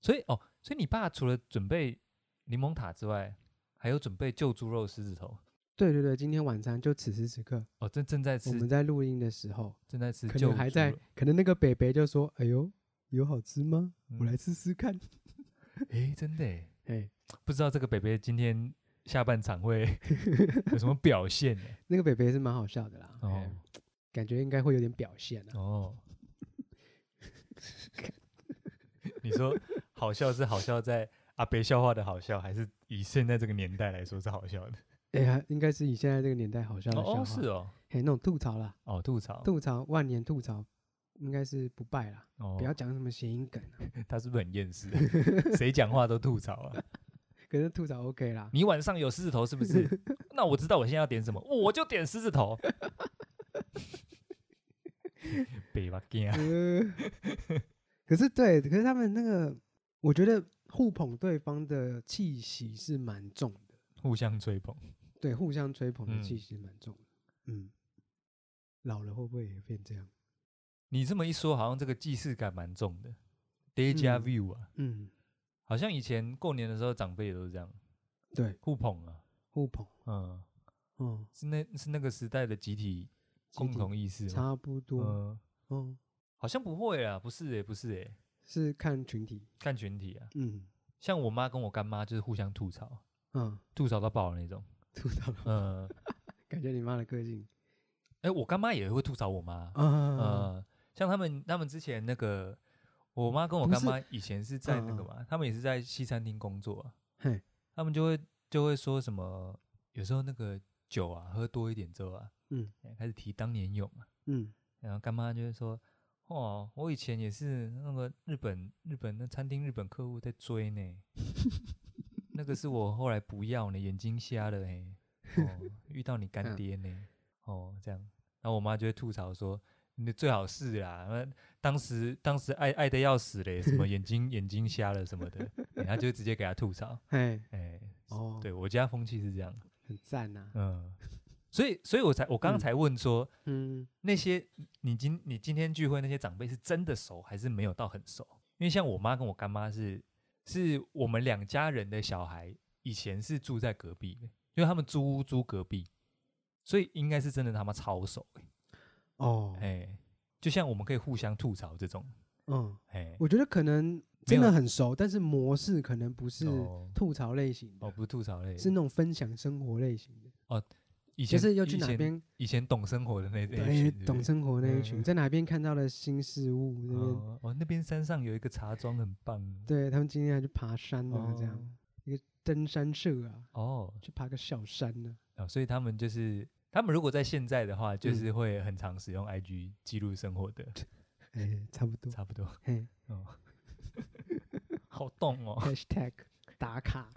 [SPEAKER 1] 所以哦，所以你爸除了准备柠檬塔之外，还有准备旧猪肉狮子头
[SPEAKER 2] 对对对，今天晚餐就此时此刻，
[SPEAKER 1] 哦，正正在
[SPEAKER 2] 我
[SPEAKER 1] 吃
[SPEAKER 2] 们在录音的时候，
[SPEAKER 1] 正在吃
[SPEAKER 2] 可
[SPEAKER 1] 旧
[SPEAKER 2] 能还
[SPEAKER 1] 猪
[SPEAKER 2] 在
[SPEAKER 1] 肉，
[SPEAKER 2] 可能那个北北就说：“哎呦，有好吃吗？我
[SPEAKER 1] 嗯
[SPEAKER 2] 来试试看。
[SPEAKER 1] 诶，真的耶，
[SPEAKER 2] 哎，
[SPEAKER 1] 不知道这个北北今天下半场 会有什么表现呢？
[SPEAKER 2] 那个北北是蛮好笑的啦，
[SPEAKER 1] 哦
[SPEAKER 2] 哎感觉应该会有点表现啊。
[SPEAKER 1] 哦， 你说好笑是好笑在阿北笑话的好笑，还是以现在这个年代来说是好笑的？
[SPEAKER 2] 哎呀，应该是以现在这个年代好笑的笑
[SPEAKER 1] 哦
[SPEAKER 2] 话，
[SPEAKER 1] 哦，是哦，
[SPEAKER 2] 嘿，那种吐槽啦，
[SPEAKER 1] 哦，吐槽，
[SPEAKER 2] 吐槽万年吐槽，应该是不败啦。
[SPEAKER 1] 哦
[SPEAKER 2] 不，要讲什么谐音梗啊，
[SPEAKER 1] 他是不是很厌 世？谁讲话都吐槽啊！
[SPEAKER 2] 可是吐槽 OK 啦。
[SPEAKER 1] 你晚上有狮子头是不 是？那我知道我现在要点什么，我就点狮子 头。北吧劲啊！
[SPEAKER 2] 呃 可是对，可是他们那个，我觉得互捧对方的气息是蛮重的，
[SPEAKER 1] 互相吹捧，
[SPEAKER 2] 对，互相吹捧的气
[SPEAKER 1] 嗯
[SPEAKER 2] 息蛮重的。嗯，老了会不会也变这样？
[SPEAKER 1] 你这么一说，好像这个既视感蛮重的，deja
[SPEAKER 2] 嗯
[SPEAKER 1] vu 啊。
[SPEAKER 2] 嗯，
[SPEAKER 1] 好像以前过年的时候，长辈也都是这样
[SPEAKER 2] 对，
[SPEAKER 1] 互捧啊，
[SPEAKER 2] 互捧，
[SPEAKER 1] 嗯，
[SPEAKER 2] 嗯，
[SPEAKER 1] 是那是那个时代的集体
[SPEAKER 2] 集
[SPEAKER 1] 共
[SPEAKER 2] 体
[SPEAKER 1] 同意识吗，
[SPEAKER 2] 差不多，
[SPEAKER 1] 嗯，
[SPEAKER 2] 嗯，
[SPEAKER 1] 好像不会啊，不是诶、不是诶、
[SPEAKER 2] 是看群体，
[SPEAKER 1] 看群体啊，
[SPEAKER 2] 嗯
[SPEAKER 1] 像我妈跟我干妈就是互相吐槽，
[SPEAKER 2] 嗯，
[SPEAKER 1] 吐槽到爆的那种，
[SPEAKER 2] 吐槽了，
[SPEAKER 1] 嗯，
[SPEAKER 2] 感觉你妈的个性
[SPEAKER 1] 哎、我干妈也会吐槽我妈，
[SPEAKER 2] 啊，
[SPEAKER 1] 嗯，像他们他们之前那个，我妈跟我
[SPEAKER 2] 不
[SPEAKER 1] 干
[SPEAKER 2] 是
[SPEAKER 1] 妈以前是在那个
[SPEAKER 2] 嗯嗯
[SPEAKER 1] 嘛，他们也是在西餐厅工作啊，
[SPEAKER 2] 嘿，
[SPEAKER 1] 他们就会就会说什么，有时候那个酒啊喝多一点之后啊，
[SPEAKER 2] 嗯
[SPEAKER 1] 哎，开始提当年勇啊，
[SPEAKER 2] 嗯
[SPEAKER 1] 然后干妈就会说，哦，我以前也是那个日本日本那餐厅日本客户在追 呢，那个是我后来不要呢，眼睛瞎了哎，哦，遇到你干
[SPEAKER 2] 嗯
[SPEAKER 1] 爹呢，哦，这样，然后我妈就会吐槽说。你最好是啦，那当时当时爱爱的要死嘞，什么眼睛眼睛瞎了什么 的，哎她就会直接给她吐槽，
[SPEAKER 2] 嘿，
[SPEAKER 1] 哎，
[SPEAKER 2] 哦，
[SPEAKER 1] 对我家风气是这样，
[SPEAKER 2] 很赞呐，
[SPEAKER 1] 嗯，所以所以我才我刚
[SPEAKER 2] 嗯
[SPEAKER 1] 才问说，
[SPEAKER 2] 嗯
[SPEAKER 1] 那些你今你今天聚会那些长辈是真的熟还是没有到很熟？因为像我妈跟我干妈是是我们两家人的小孩，以前是住在隔壁的，因为他们租屋租隔壁，所以应该是真的他妈超熟欸
[SPEAKER 2] 哦
[SPEAKER 1] 哎、，就像我们可以互相吐槽这种，
[SPEAKER 2] 嗯。
[SPEAKER 1] 哎、
[SPEAKER 2] 我觉得可能真的
[SPEAKER 1] 有
[SPEAKER 2] 很熟，但是模式可能不是
[SPEAKER 1] 哦
[SPEAKER 2] 吐槽类型的，
[SPEAKER 1] 哦，不是吐槽类，
[SPEAKER 2] 是那种分享生活类型的，
[SPEAKER 1] 以前
[SPEAKER 2] 就是要去
[SPEAKER 1] 以
[SPEAKER 2] 哪
[SPEAKER 1] 前
[SPEAKER 2] 边
[SPEAKER 1] 以前懂生活的那那一
[SPEAKER 2] 对
[SPEAKER 1] 群，
[SPEAKER 2] 懂生活那一
[SPEAKER 1] 嗯
[SPEAKER 2] 群，在哪边看到了新事物，那
[SPEAKER 1] 活
[SPEAKER 2] 边、
[SPEAKER 1] 哦哦，那边山上有一个茶庄很棒，
[SPEAKER 2] 对他们今天还去爬山呢、
[SPEAKER 1] 哦，
[SPEAKER 2] 这样登山社啊，
[SPEAKER 1] 哦，
[SPEAKER 2] 去爬个小山呢、
[SPEAKER 1] 啊、所以他们就是他们如果在现在的话，就是会很常使
[SPEAKER 2] 嗯
[SPEAKER 1] 用 IG 记录生活的，
[SPEAKER 2] 哎，差不多，
[SPEAKER 1] 差不多。
[SPEAKER 2] 嘿
[SPEAKER 1] 哦，好动哦，
[SPEAKER 2] ，#hashtag 打卡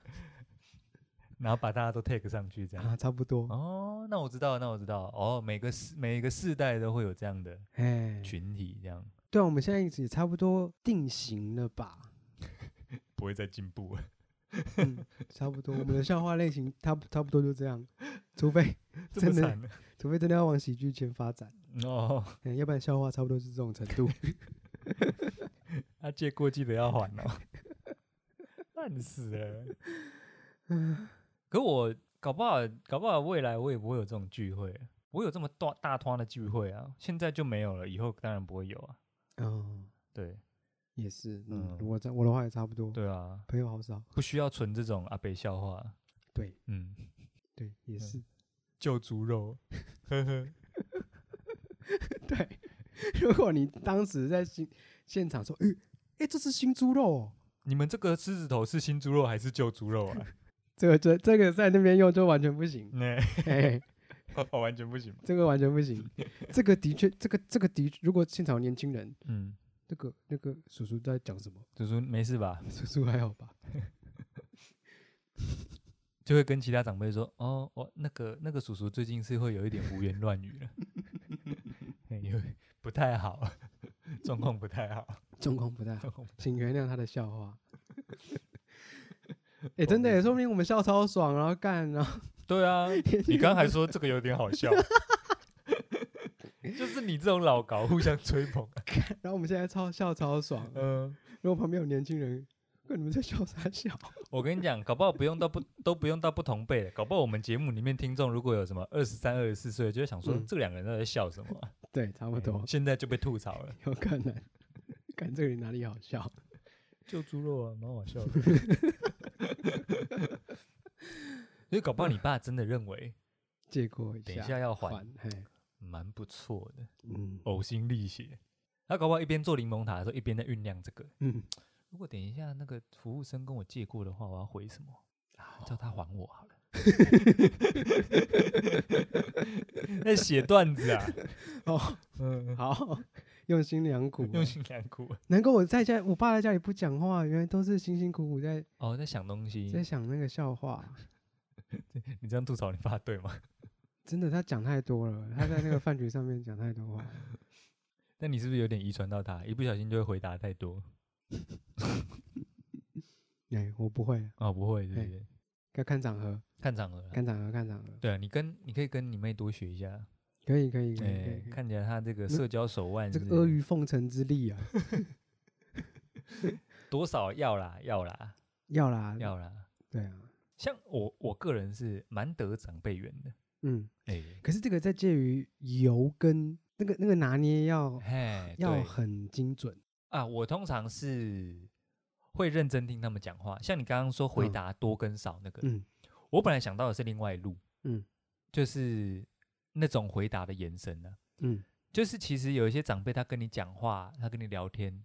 [SPEAKER 1] 然后把大家都 tag 上去这样。
[SPEAKER 2] 啊，差不多，
[SPEAKER 1] 哦，那我知道了，那我知道了。哦，每个世每个世代都会有这样的
[SPEAKER 2] 哎，
[SPEAKER 1] 群体，这样
[SPEAKER 2] 对啊，我们现在也差不多定型了吧？
[SPEAKER 1] 不会再进步了。
[SPEAKER 2] 嗯，差不多，我们的笑话类型差不差不多就这样，除非
[SPEAKER 1] 这么
[SPEAKER 2] 真的
[SPEAKER 1] 惨呢
[SPEAKER 2] 除非真的要往喜剧圈发展。
[SPEAKER 1] 哦，
[SPEAKER 2] 嗯，要不然笑话差不多是这种程度。
[SPEAKER 1] 那、啊借过记得要还哦， 烂死了。可我搞不好，搞不好未来我也不会有这种聚会，我有这么大大团的聚会啊，现在就没有了，以后当然不会有啊。
[SPEAKER 2] 哦，
[SPEAKER 1] 对
[SPEAKER 2] 也是，
[SPEAKER 1] 嗯
[SPEAKER 2] 嗯，我这我的话也差不多，
[SPEAKER 1] 对啊，
[SPEAKER 2] 朋友好少，
[SPEAKER 1] 不需要存这种阿北笑话。
[SPEAKER 2] 对
[SPEAKER 1] 嗯，
[SPEAKER 2] 对，也是，
[SPEAKER 1] 就猪肉，呵呵。
[SPEAKER 2] 对。 如果你当时在现现场说，诶、诶，这是新猪肉、哦，
[SPEAKER 1] 你们这个狮子头是新猪肉还是旧猪肉啊？
[SPEAKER 2] 这个这这个在那边用就完全不行，
[SPEAKER 1] 那、
[SPEAKER 2] 哎，
[SPEAKER 1] 我哦完全不行吧。
[SPEAKER 2] 这个完全不行，这个的确，这个这个的，如果现场有年轻人，
[SPEAKER 1] 嗯，
[SPEAKER 2] 那个那个叔叔在讲什么？
[SPEAKER 1] 就说没事吧，
[SPEAKER 2] 叔叔还好吧？
[SPEAKER 1] 就会跟其他长辈说：“哦，我那个那个叔叔最近是会有一点胡言乱语 了，嘿有不太好， 状况不太好。
[SPEAKER 2] 状况不太好，
[SPEAKER 1] 状况不
[SPEAKER 2] 请原谅他的笑话。哎、真的耶，说不定我们笑超爽，然后干，然后
[SPEAKER 1] 对啊，你刚还说这个有点好笑，就是你这种老搞互相吹捧。
[SPEAKER 2] 然后我们现在超笑超爽，
[SPEAKER 1] 嗯、
[SPEAKER 2] 如果旁边有年轻人看你们在笑啥笑？
[SPEAKER 1] 我跟你讲，搞不好不用到不都不用到不同辈了，搞不好我们节目里面听众如果有什么二十三、二十四岁，就会想说
[SPEAKER 2] 嗯
[SPEAKER 1] 这两个人都在笑什 么啊，
[SPEAKER 2] 对，差不多
[SPEAKER 1] 哎，现在就被吐槽 了，
[SPEAKER 2] 有可能。看这里哪里好笑？
[SPEAKER 1] 就猪肉啊，蛮好笑 的。所以搞不好你爸真的认 为
[SPEAKER 2] 借过一下，
[SPEAKER 1] 等一下要还，
[SPEAKER 2] 还，嘿，
[SPEAKER 1] 蛮不错的，
[SPEAKER 2] 嗯
[SPEAKER 1] 呕心沥血。他搞不好一边做柠檬塔的时候，一边在酝酿这个。
[SPEAKER 2] 嗯，
[SPEAKER 1] 如果等一下那个服务生跟我借过的话，我要回什么？
[SPEAKER 2] 哦
[SPEAKER 1] 叫他还我 好了。在写段子啊，
[SPEAKER 2] 哦，
[SPEAKER 1] 嗯，
[SPEAKER 2] 好，用心良苦哦，
[SPEAKER 1] 用心良苦。
[SPEAKER 2] 难怪我在家，我爸在家里不讲话，原来都是辛辛苦苦在
[SPEAKER 1] 哦，在想东西
[SPEAKER 2] 在。想那个笑话。
[SPEAKER 1] 你这样吐槽你爸对吗？
[SPEAKER 2] 真的，他讲太多了，他在那个饭局上面讲太多话了。
[SPEAKER 1] 但你是不是有点遗传到他？一不小心就会回答太多。
[SPEAKER 2] 哎、我不会，
[SPEAKER 1] 哦，不会，对不
[SPEAKER 2] 嘿
[SPEAKER 1] 对？
[SPEAKER 2] 要看场合，
[SPEAKER 1] 看场合啦。
[SPEAKER 2] 看场合，看场合。
[SPEAKER 1] 对啊，你跟你可以跟你妹多学一下。
[SPEAKER 2] 可以，可以，可以，可以
[SPEAKER 1] 哎，
[SPEAKER 2] 可以。
[SPEAKER 1] 看起来她这个
[SPEAKER 2] 那
[SPEAKER 1] 社交手腕
[SPEAKER 2] 这
[SPEAKER 1] 是
[SPEAKER 2] 个阿谀奉承之力 啊，
[SPEAKER 1] 多少要啦，要啦，
[SPEAKER 2] 要啦，
[SPEAKER 1] 要啦。
[SPEAKER 2] 对啊，
[SPEAKER 1] 像我我个人是蛮得长辈缘的。
[SPEAKER 2] 嗯。
[SPEAKER 1] 哎，
[SPEAKER 2] 可是这个在介于油跟那个那个拿捏要
[SPEAKER 1] 嘿，
[SPEAKER 2] 要
[SPEAKER 1] 哎对
[SPEAKER 2] 很精准。
[SPEAKER 1] 啊，我通常是会认真听他们讲话。像你刚刚说回
[SPEAKER 2] 嗯
[SPEAKER 1] 答多跟少那个，
[SPEAKER 2] 嗯
[SPEAKER 1] 我本来想到的是另外一路，
[SPEAKER 2] 嗯
[SPEAKER 1] 就是那种回答的延伸呢、
[SPEAKER 2] 嗯
[SPEAKER 1] 就是其实有一些长辈他跟你讲话，他跟你聊天，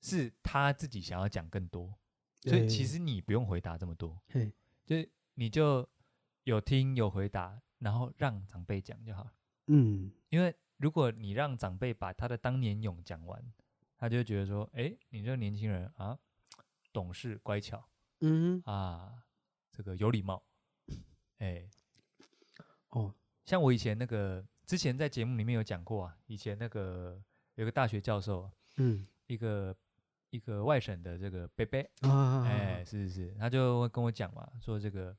[SPEAKER 1] 是他自己想要讲更多，所以其
[SPEAKER 2] 哎
[SPEAKER 1] 实你不用回答这么多，
[SPEAKER 2] 嘿，
[SPEAKER 1] 就是你就有听有回答，然后让长辈讲就好了。
[SPEAKER 2] 嗯，
[SPEAKER 1] 因为如果你让长辈把他的当年勇讲完，他就会觉得说，哎，你这个年轻人啊，懂事乖巧
[SPEAKER 2] 嗯哼，
[SPEAKER 1] 啊，这个有礼貌，哎，
[SPEAKER 2] 哦，
[SPEAKER 1] 像我以前那个之前在节目里面有讲过啊，以前那个有个大学教授，
[SPEAKER 2] 嗯
[SPEAKER 1] 一个一个外省的这个伯伯，
[SPEAKER 2] 啊，
[SPEAKER 1] 哎，是是是，他就会跟我讲嘛，说这个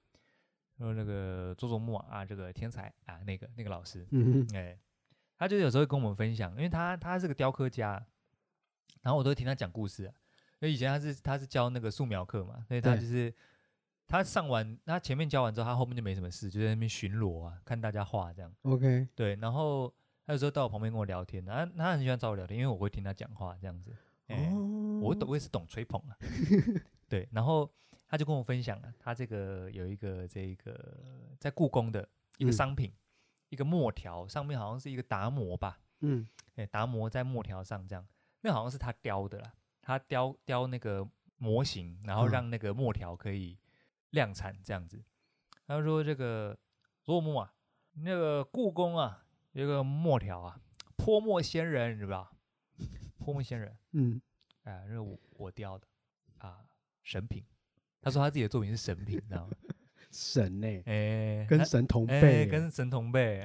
[SPEAKER 1] 说那个佐佐木啊啊，这个天才啊，那个那个老师，
[SPEAKER 2] 嗯哼，
[SPEAKER 1] 哎、他就有时候会跟我们分享，因为他他是个雕刻家，然后我都会听他讲故事、啊。因为以前他是他是教那个素描课嘛，所以他
[SPEAKER 2] 对
[SPEAKER 1] 就是他上完他前面教完之后，他后面就没什么事，就在那边巡逻啊，看大家画这样。
[SPEAKER 2] ，OK，
[SPEAKER 1] 对，然后他有时候到我旁边跟我聊天，啊，他很喜欢找我聊天，因为我会听他讲话这样子。哎、
[SPEAKER 2] 哦，
[SPEAKER 1] 我懂，我也是懂吹捧 啊。对，然后他就跟我分享啊，他这个有一个这个在故宫的一个
[SPEAKER 2] 嗯
[SPEAKER 1] 商品，一个墨条，上面好像是一个达摩吧，
[SPEAKER 2] 嗯
[SPEAKER 1] 哎，达摩在墨条上这样，那好像是他雕的啦，他雕雕那个模型，然后
[SPEAKER 2] 嗯
[SPEAKER 1] 让那个墨条可以量产这样子。他说这个若木啊，那个故宫啊，有一个墨条啊，泼墨仙人，你知不知道？泼墨仙人。
[SPEAKER 2] 嗯，
[SPEAKER 1] 啊，那个我我雕的啊，神品。他说他自己的作品是神品，你 知道吗？
[SPEAKER 2] 神呢、
[SPEAKER 1] 哎、
[SPEAKER 2] 跟
[SPEAKER 1] 他
[SPEAKER 2] 神同辈
[SPEAKER 1] 哎、
[SPEAKER 2] 欸、
[SPEAKER 1] 跟神同辈。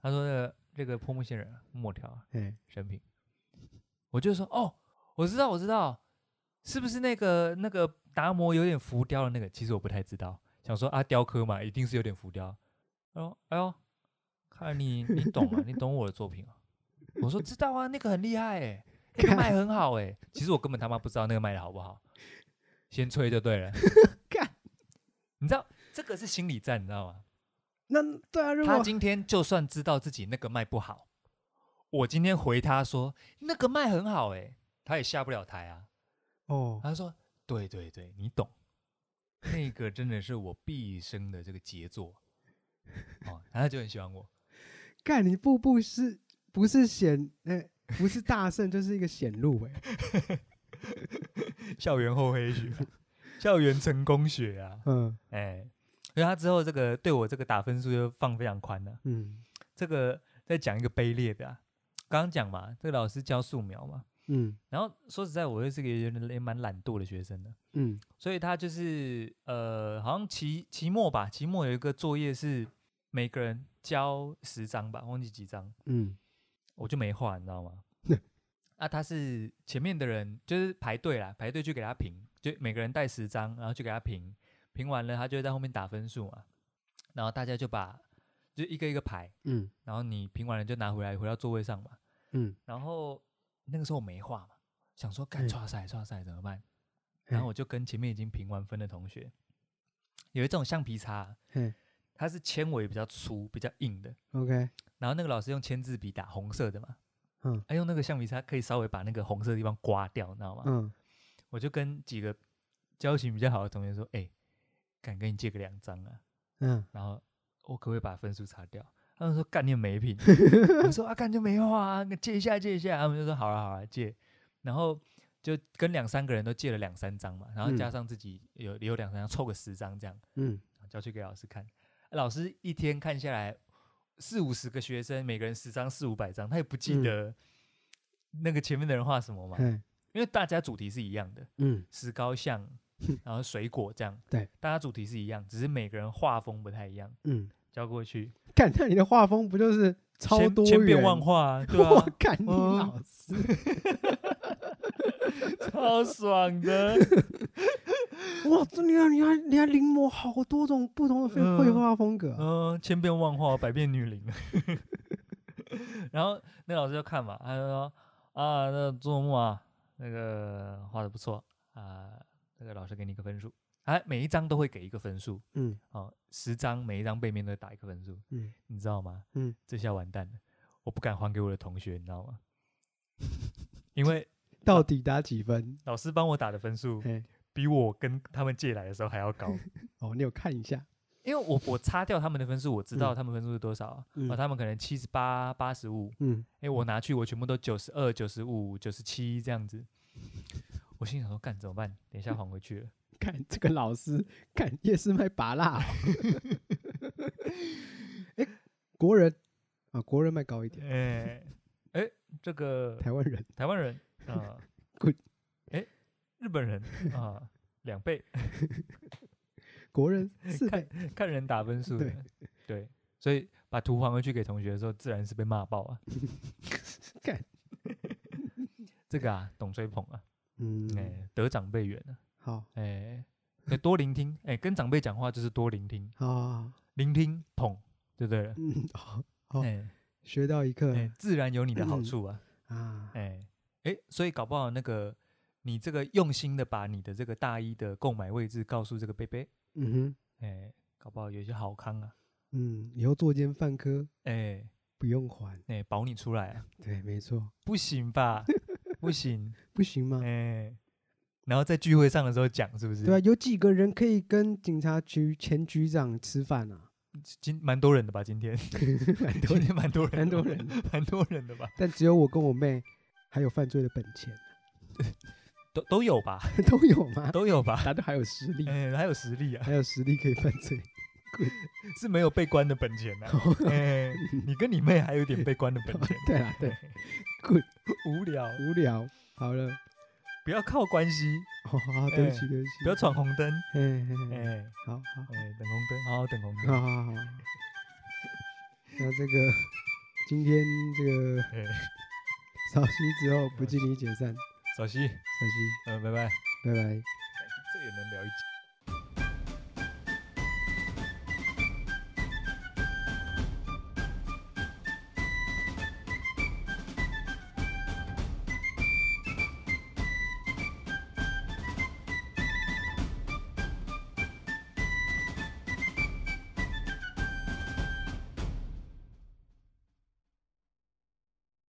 [SPEAKER 1] 他说、这个这个泼墨仙人墨条啊
[SPEAKER 2] 哎。
[SPEAKER 1] 神品，我就说哦，我知道我知道，是不是那个那个达摩有点浮雕的那个？其实我不太知道，想说啊雕刻嘛，一定是有点浮雕。他说哎呦，看来你你懂啊，你懂我的作品啊。我说知道啊，那个很厉害哎、那个卖很好哎、其实我根本他妈不知道那个卖的好不好，先吹就对了
[SPEAKER 2] 干，
[SPEAKER 1] 你知道这个是心理战，你知道吗？
[SPEAKER 2] 那对啊，如
[SPEAKER 1] 他
[SPEAKER 2] 果
[SPEAKER 1] 今天就算知道自己那个卖不好，我今天回他说那个卖很好、欸，他也下不了台啊。
[SPEAKER 2] 哦，
[SPEAKER 1] 他说：“对对对，你懂，那个真的是我毕生的这个杰作。”哦，然后他就很喜欢我。
[SPEAKER 2] 干你步步是不是显哎、不是大圣就是一个显露哎、
[SPEAKER 1] 校园厚黑学、 校园成功学啊，
[SPEAKER 2] 嗯
[SPEAKER 1] 哎、所以他之后这个对我这个打分数就放非常宽了、
[SPEAKER 2] 嗯
[SPEAKER 1] 这个再讲一个卑劣的、啊，刚刚讲嘛，这个老师教素描嘛，
[SPEAKER 2] 嗯
[SPEAKER 1] 然后说实在，我又是个有点也蛮懒惰的学生的。
[SPEAKER 2] 嗯
[SPEAKER 1] 所以他就是呃，好像期期末吧，期末有一个作业是每个人交十张吧，忘记几张，
[SPEAKER 2] 嗯
[SPEAKER 1] 我就没画，你知道吗？啊，他是前面的人就是排队啦，排队去给他评，就每个人带十张，然后去给他评，评完了他就会在后面打分数嘛，然后大家就把就一个一个排，
[SPEAKER 2] 嗯
[SPEAKER 1] 然后你评完了就拿回来回到座位上嘛，
[SPEAKER 2] 嗯，
[SPEAKER 1] 然后那个时候我没画嘛，想说干
[SPEAKER 2] 嗯
[SPEAKER 1] 刷赛刷赛怎么办？然后我就跟前面已经评完分的同学，有一种橡皮擦，
[SPEAKER 2] 嘿
[SPEAKER 1] 它是纤维比较粗、比较硬的，
[SPEAKER 2] ，OK，
[SPEAKER 1] 然后那个老师用签字笔打红色的嘛，啊
[SPEAKER 2] 嗯
[SPEAKER 1] 他、用那个橡皮擦可以稍微把那个红色的地方刮掉，你知道吗？
[SPEAKER 2] 嗯，
[SPEAKER 1] 我就跟几个交情比较好的同学说，哎、敢跟你借个两张啊？
[SPEAKER 2] 嗯，
[SPEAKER 1] 然后我可不可以把分数擦掉？他们说干你没 品，我说啊干就没话啊，借一下借一下，他们就说好啊了好了借，然后就跟两三个人都借了两三张嘛，然后加
[SPEAKER 2] 嗯
[SPEAKER 1] 上自己有有两三张，凑个十张这样，
[SPEAKER 2] 嗯，
[SPEAKER 1] 交去给老师看，老师一天看下来四五十个学生，每个人十张四五百张，他也不记
[SPEAKER 2] 嗯
[SPEAKER 1] 得那个前面的人画什么嘛，
[SPEAKER 2] 嘿，
[SPEAKER 1] 因为大家主题是一样的，
[SPEAKER 2] 嗯，
[SPEAKER 1] 石膏像，然后水果这样，
[SPEAKER 2] 对，
[SPEAKER 1] 大家主题是一样，只是每个人画风不太一样。
[SPEAKER 2] 嗯，
[SPEAKER 1] 交过去，
[SPEAKER 2] 干，那你的画风不就是超
[SPEAKER 1] 千
[SPEAKER 2] 多
[SPEAKER 1] 千变
[SPEAKER 2] 元
[SPEAKER 1] 万化、 啊，对
[SPEAKER 2] 我
[SPEAKER 1] 啊，
[SPEAKER 2] 干你
[SPEAKER 1] 嗯
[SPEAKER 2] 老师，
[SPEAKER 1] 超爽 的。
[SPEAKER 2] 哇，这你看，你看，你看临摹好多种不同的绘
[SPEAKER 1] 嗯
[SPEAKER 2] 绘画风格啊，
[SPEAKER 1] 嗯，千变万化，百变女灵。 然后那老师就看嘛，他就说啊，那做木啊，那个画的不错啊，那个老师给你一个分数，哎、每一张都会给一个分数
[SPEAKER 2] 嗯
[SPEAKER 1] 哦，十张每一张背面都会打一个分数，
[SPEAKER 2] 嗯
[SPEAKER 1] 你知道吗？
[SPEAKER 2] 嗯，
[SPEAKER 1] 这下完蛋了，我不敢还给我的同学，你知道 吗？因为
[SPEAKER 2] 到底打几分？
[SPEAKER 1] 老师帮我打的分 数
[SPEAKER 2] 嘿，
[SPEAKER 1] 比我跟他们借来的时候还要高，
[SPEAKER 2] 哦，你有看一下，
[SPEAKER 1] 因为我我擦掉他们的分数，我知道
[SPEAKER 2] 嗯
[SPEAKER 1] 他们分数是多少啊，
[SPEAKER 2] 嗯
[SPEAKER 1] 啊，他们可能七十八、八十五，
[SPEAKER 2] 嗯，
[SPEAKER 1] 哎，我拿去我全部都九十二、九十五、九十七这样子，我心想说干怎么办？等一下还回去 了，
[SPEAKER 2] 看这个老师，看夜市卖拔辣哦， 哎，国人啊，国人卖高一点，
[SPEAKER 1] 哎哎，这个
[SPEAKER 2] 台湾人
[SPEAKER 1] 台湾人啊
[SPEAKER 2] Good，
[SPEAKER 1] 哎，日本人啊两倍，
[SPEAKER 2] 国 人四倍，
[SPEAKER 1] 看人打分数的
[SPEAKER 2] 对，，
[SPEAKER 1] 对，所以把图还回去给同学的时候，自然是被骂爆啊
[SPEAKER 2] 干，
[SPEAKER 1] 这个啊，懂吹捧啊，
[SPEAKER 2] 嗯，
[SPEAKER 1] 哎，得长辈缘啊。
[SPEAKER 2] 好，
[SPEAKER 1] 哎、要多聆听，哎、跟长辈讲话就是多聆听，
[SPEAKER 2] 好好，好
[SPEAKER 1] 聆听捧，对不对了？
[SPEAKER 2] 嗯，好，
[SPEAKER 1] 哎、
[SPEAKER 2] 好学到一课
[SPEAKER 1] 哎自然有你的
[SPEAKER 2] 嗯
[SPEAKER 1] 好处啊，
[SPEAKER 2] 啊，
[SPEAKER 1] 哎、哎、所以搞不好那个你这个用心的把你的这个大一的购买位置告诉这个贝贝，
[SPEAKER 2] 嗯哼，
[SPEAKER 1] 哎、搞不好有些好康啊，
[SPEAKER 2] 嗯，以后作奸犯科
[SPEAKER 1] 哎、
[SPEAKER 2] 不用还，
[SPEAKER 1] 哎、保你出来啊，
[SPEAKER 2] 对，没错，
[SPEAKER 1] 不行吧？不行，
[SPEAKER 2] 不行吗
[SPEAKER 1] 哎、？然后在聚会上的时候讲，是不是？
[SPEAKER 2] 对啊，，有几个人可以跟警察局前局长吃饭 啊？
[SPEAKER 1] 今蛮多人的吧？今天
[SPEAKER 2] 蛮
[SPEAKER 1] 今
[SPEAKER 2] 多人，
[SPEAKER 1] 天蛮多人，
[SPEAKER 2] 蛮多，人，
[SPEAKER 1] 蛮多人的吧？
[SPEAKER 2] 但只有我跟我妹还有犯罪的本钱，
[SPEAKER 1] 都都有吧？
[SPEAKER 2] 都有吗？
[SPEAKER 1] 都有吧？
[SPEAKER 2] 大家都还有啊实力，
[SPEAKER 1] 哎、还有实力 啊，
[SPEAKER 2] 还有实力可以犯 罪。，
[SPEAKER 1] 是没有被关的本钱呐、啊。哎、你跟你妹还有点被关的本钱
[SPEAKER 2] 对啦，啊 对， 滚，
[SPEAKER 1] 无聊，
[SPEAKER 2] 无聊。好了，
[SPEAKER 1] 不要靠关系，
[SPEAKER 2] 好好好，对不起，对不起，
[SPEAKER 1] 哎不要闯红灯。
[SPEAKER 2] 嘿，嘿
[SPEAKER 1] 哎、
[SPEAKER 2] 嘿
[SPEAKER 1] 哎、
[SPEAKER 2] 好好
[SPEAKER 1] 等红灯，好好等红
[SPEAKER 2] 嗯好
[SPEAKER 1] 灯。
[SPEAKER 2] 好好好。那这个 今天这个
[SPEAKER 1] 哎、
[SPEAKER 2] 扫息之后不敬礼解散，
[SPEAKER 1] 小溪，
[SPEAKER 2] 扫息，
[SPEAKER 1] 呃，拜拜。这
[SPEAKER 2] 拜拜。
[SPEAKER 1] 也能聊一集。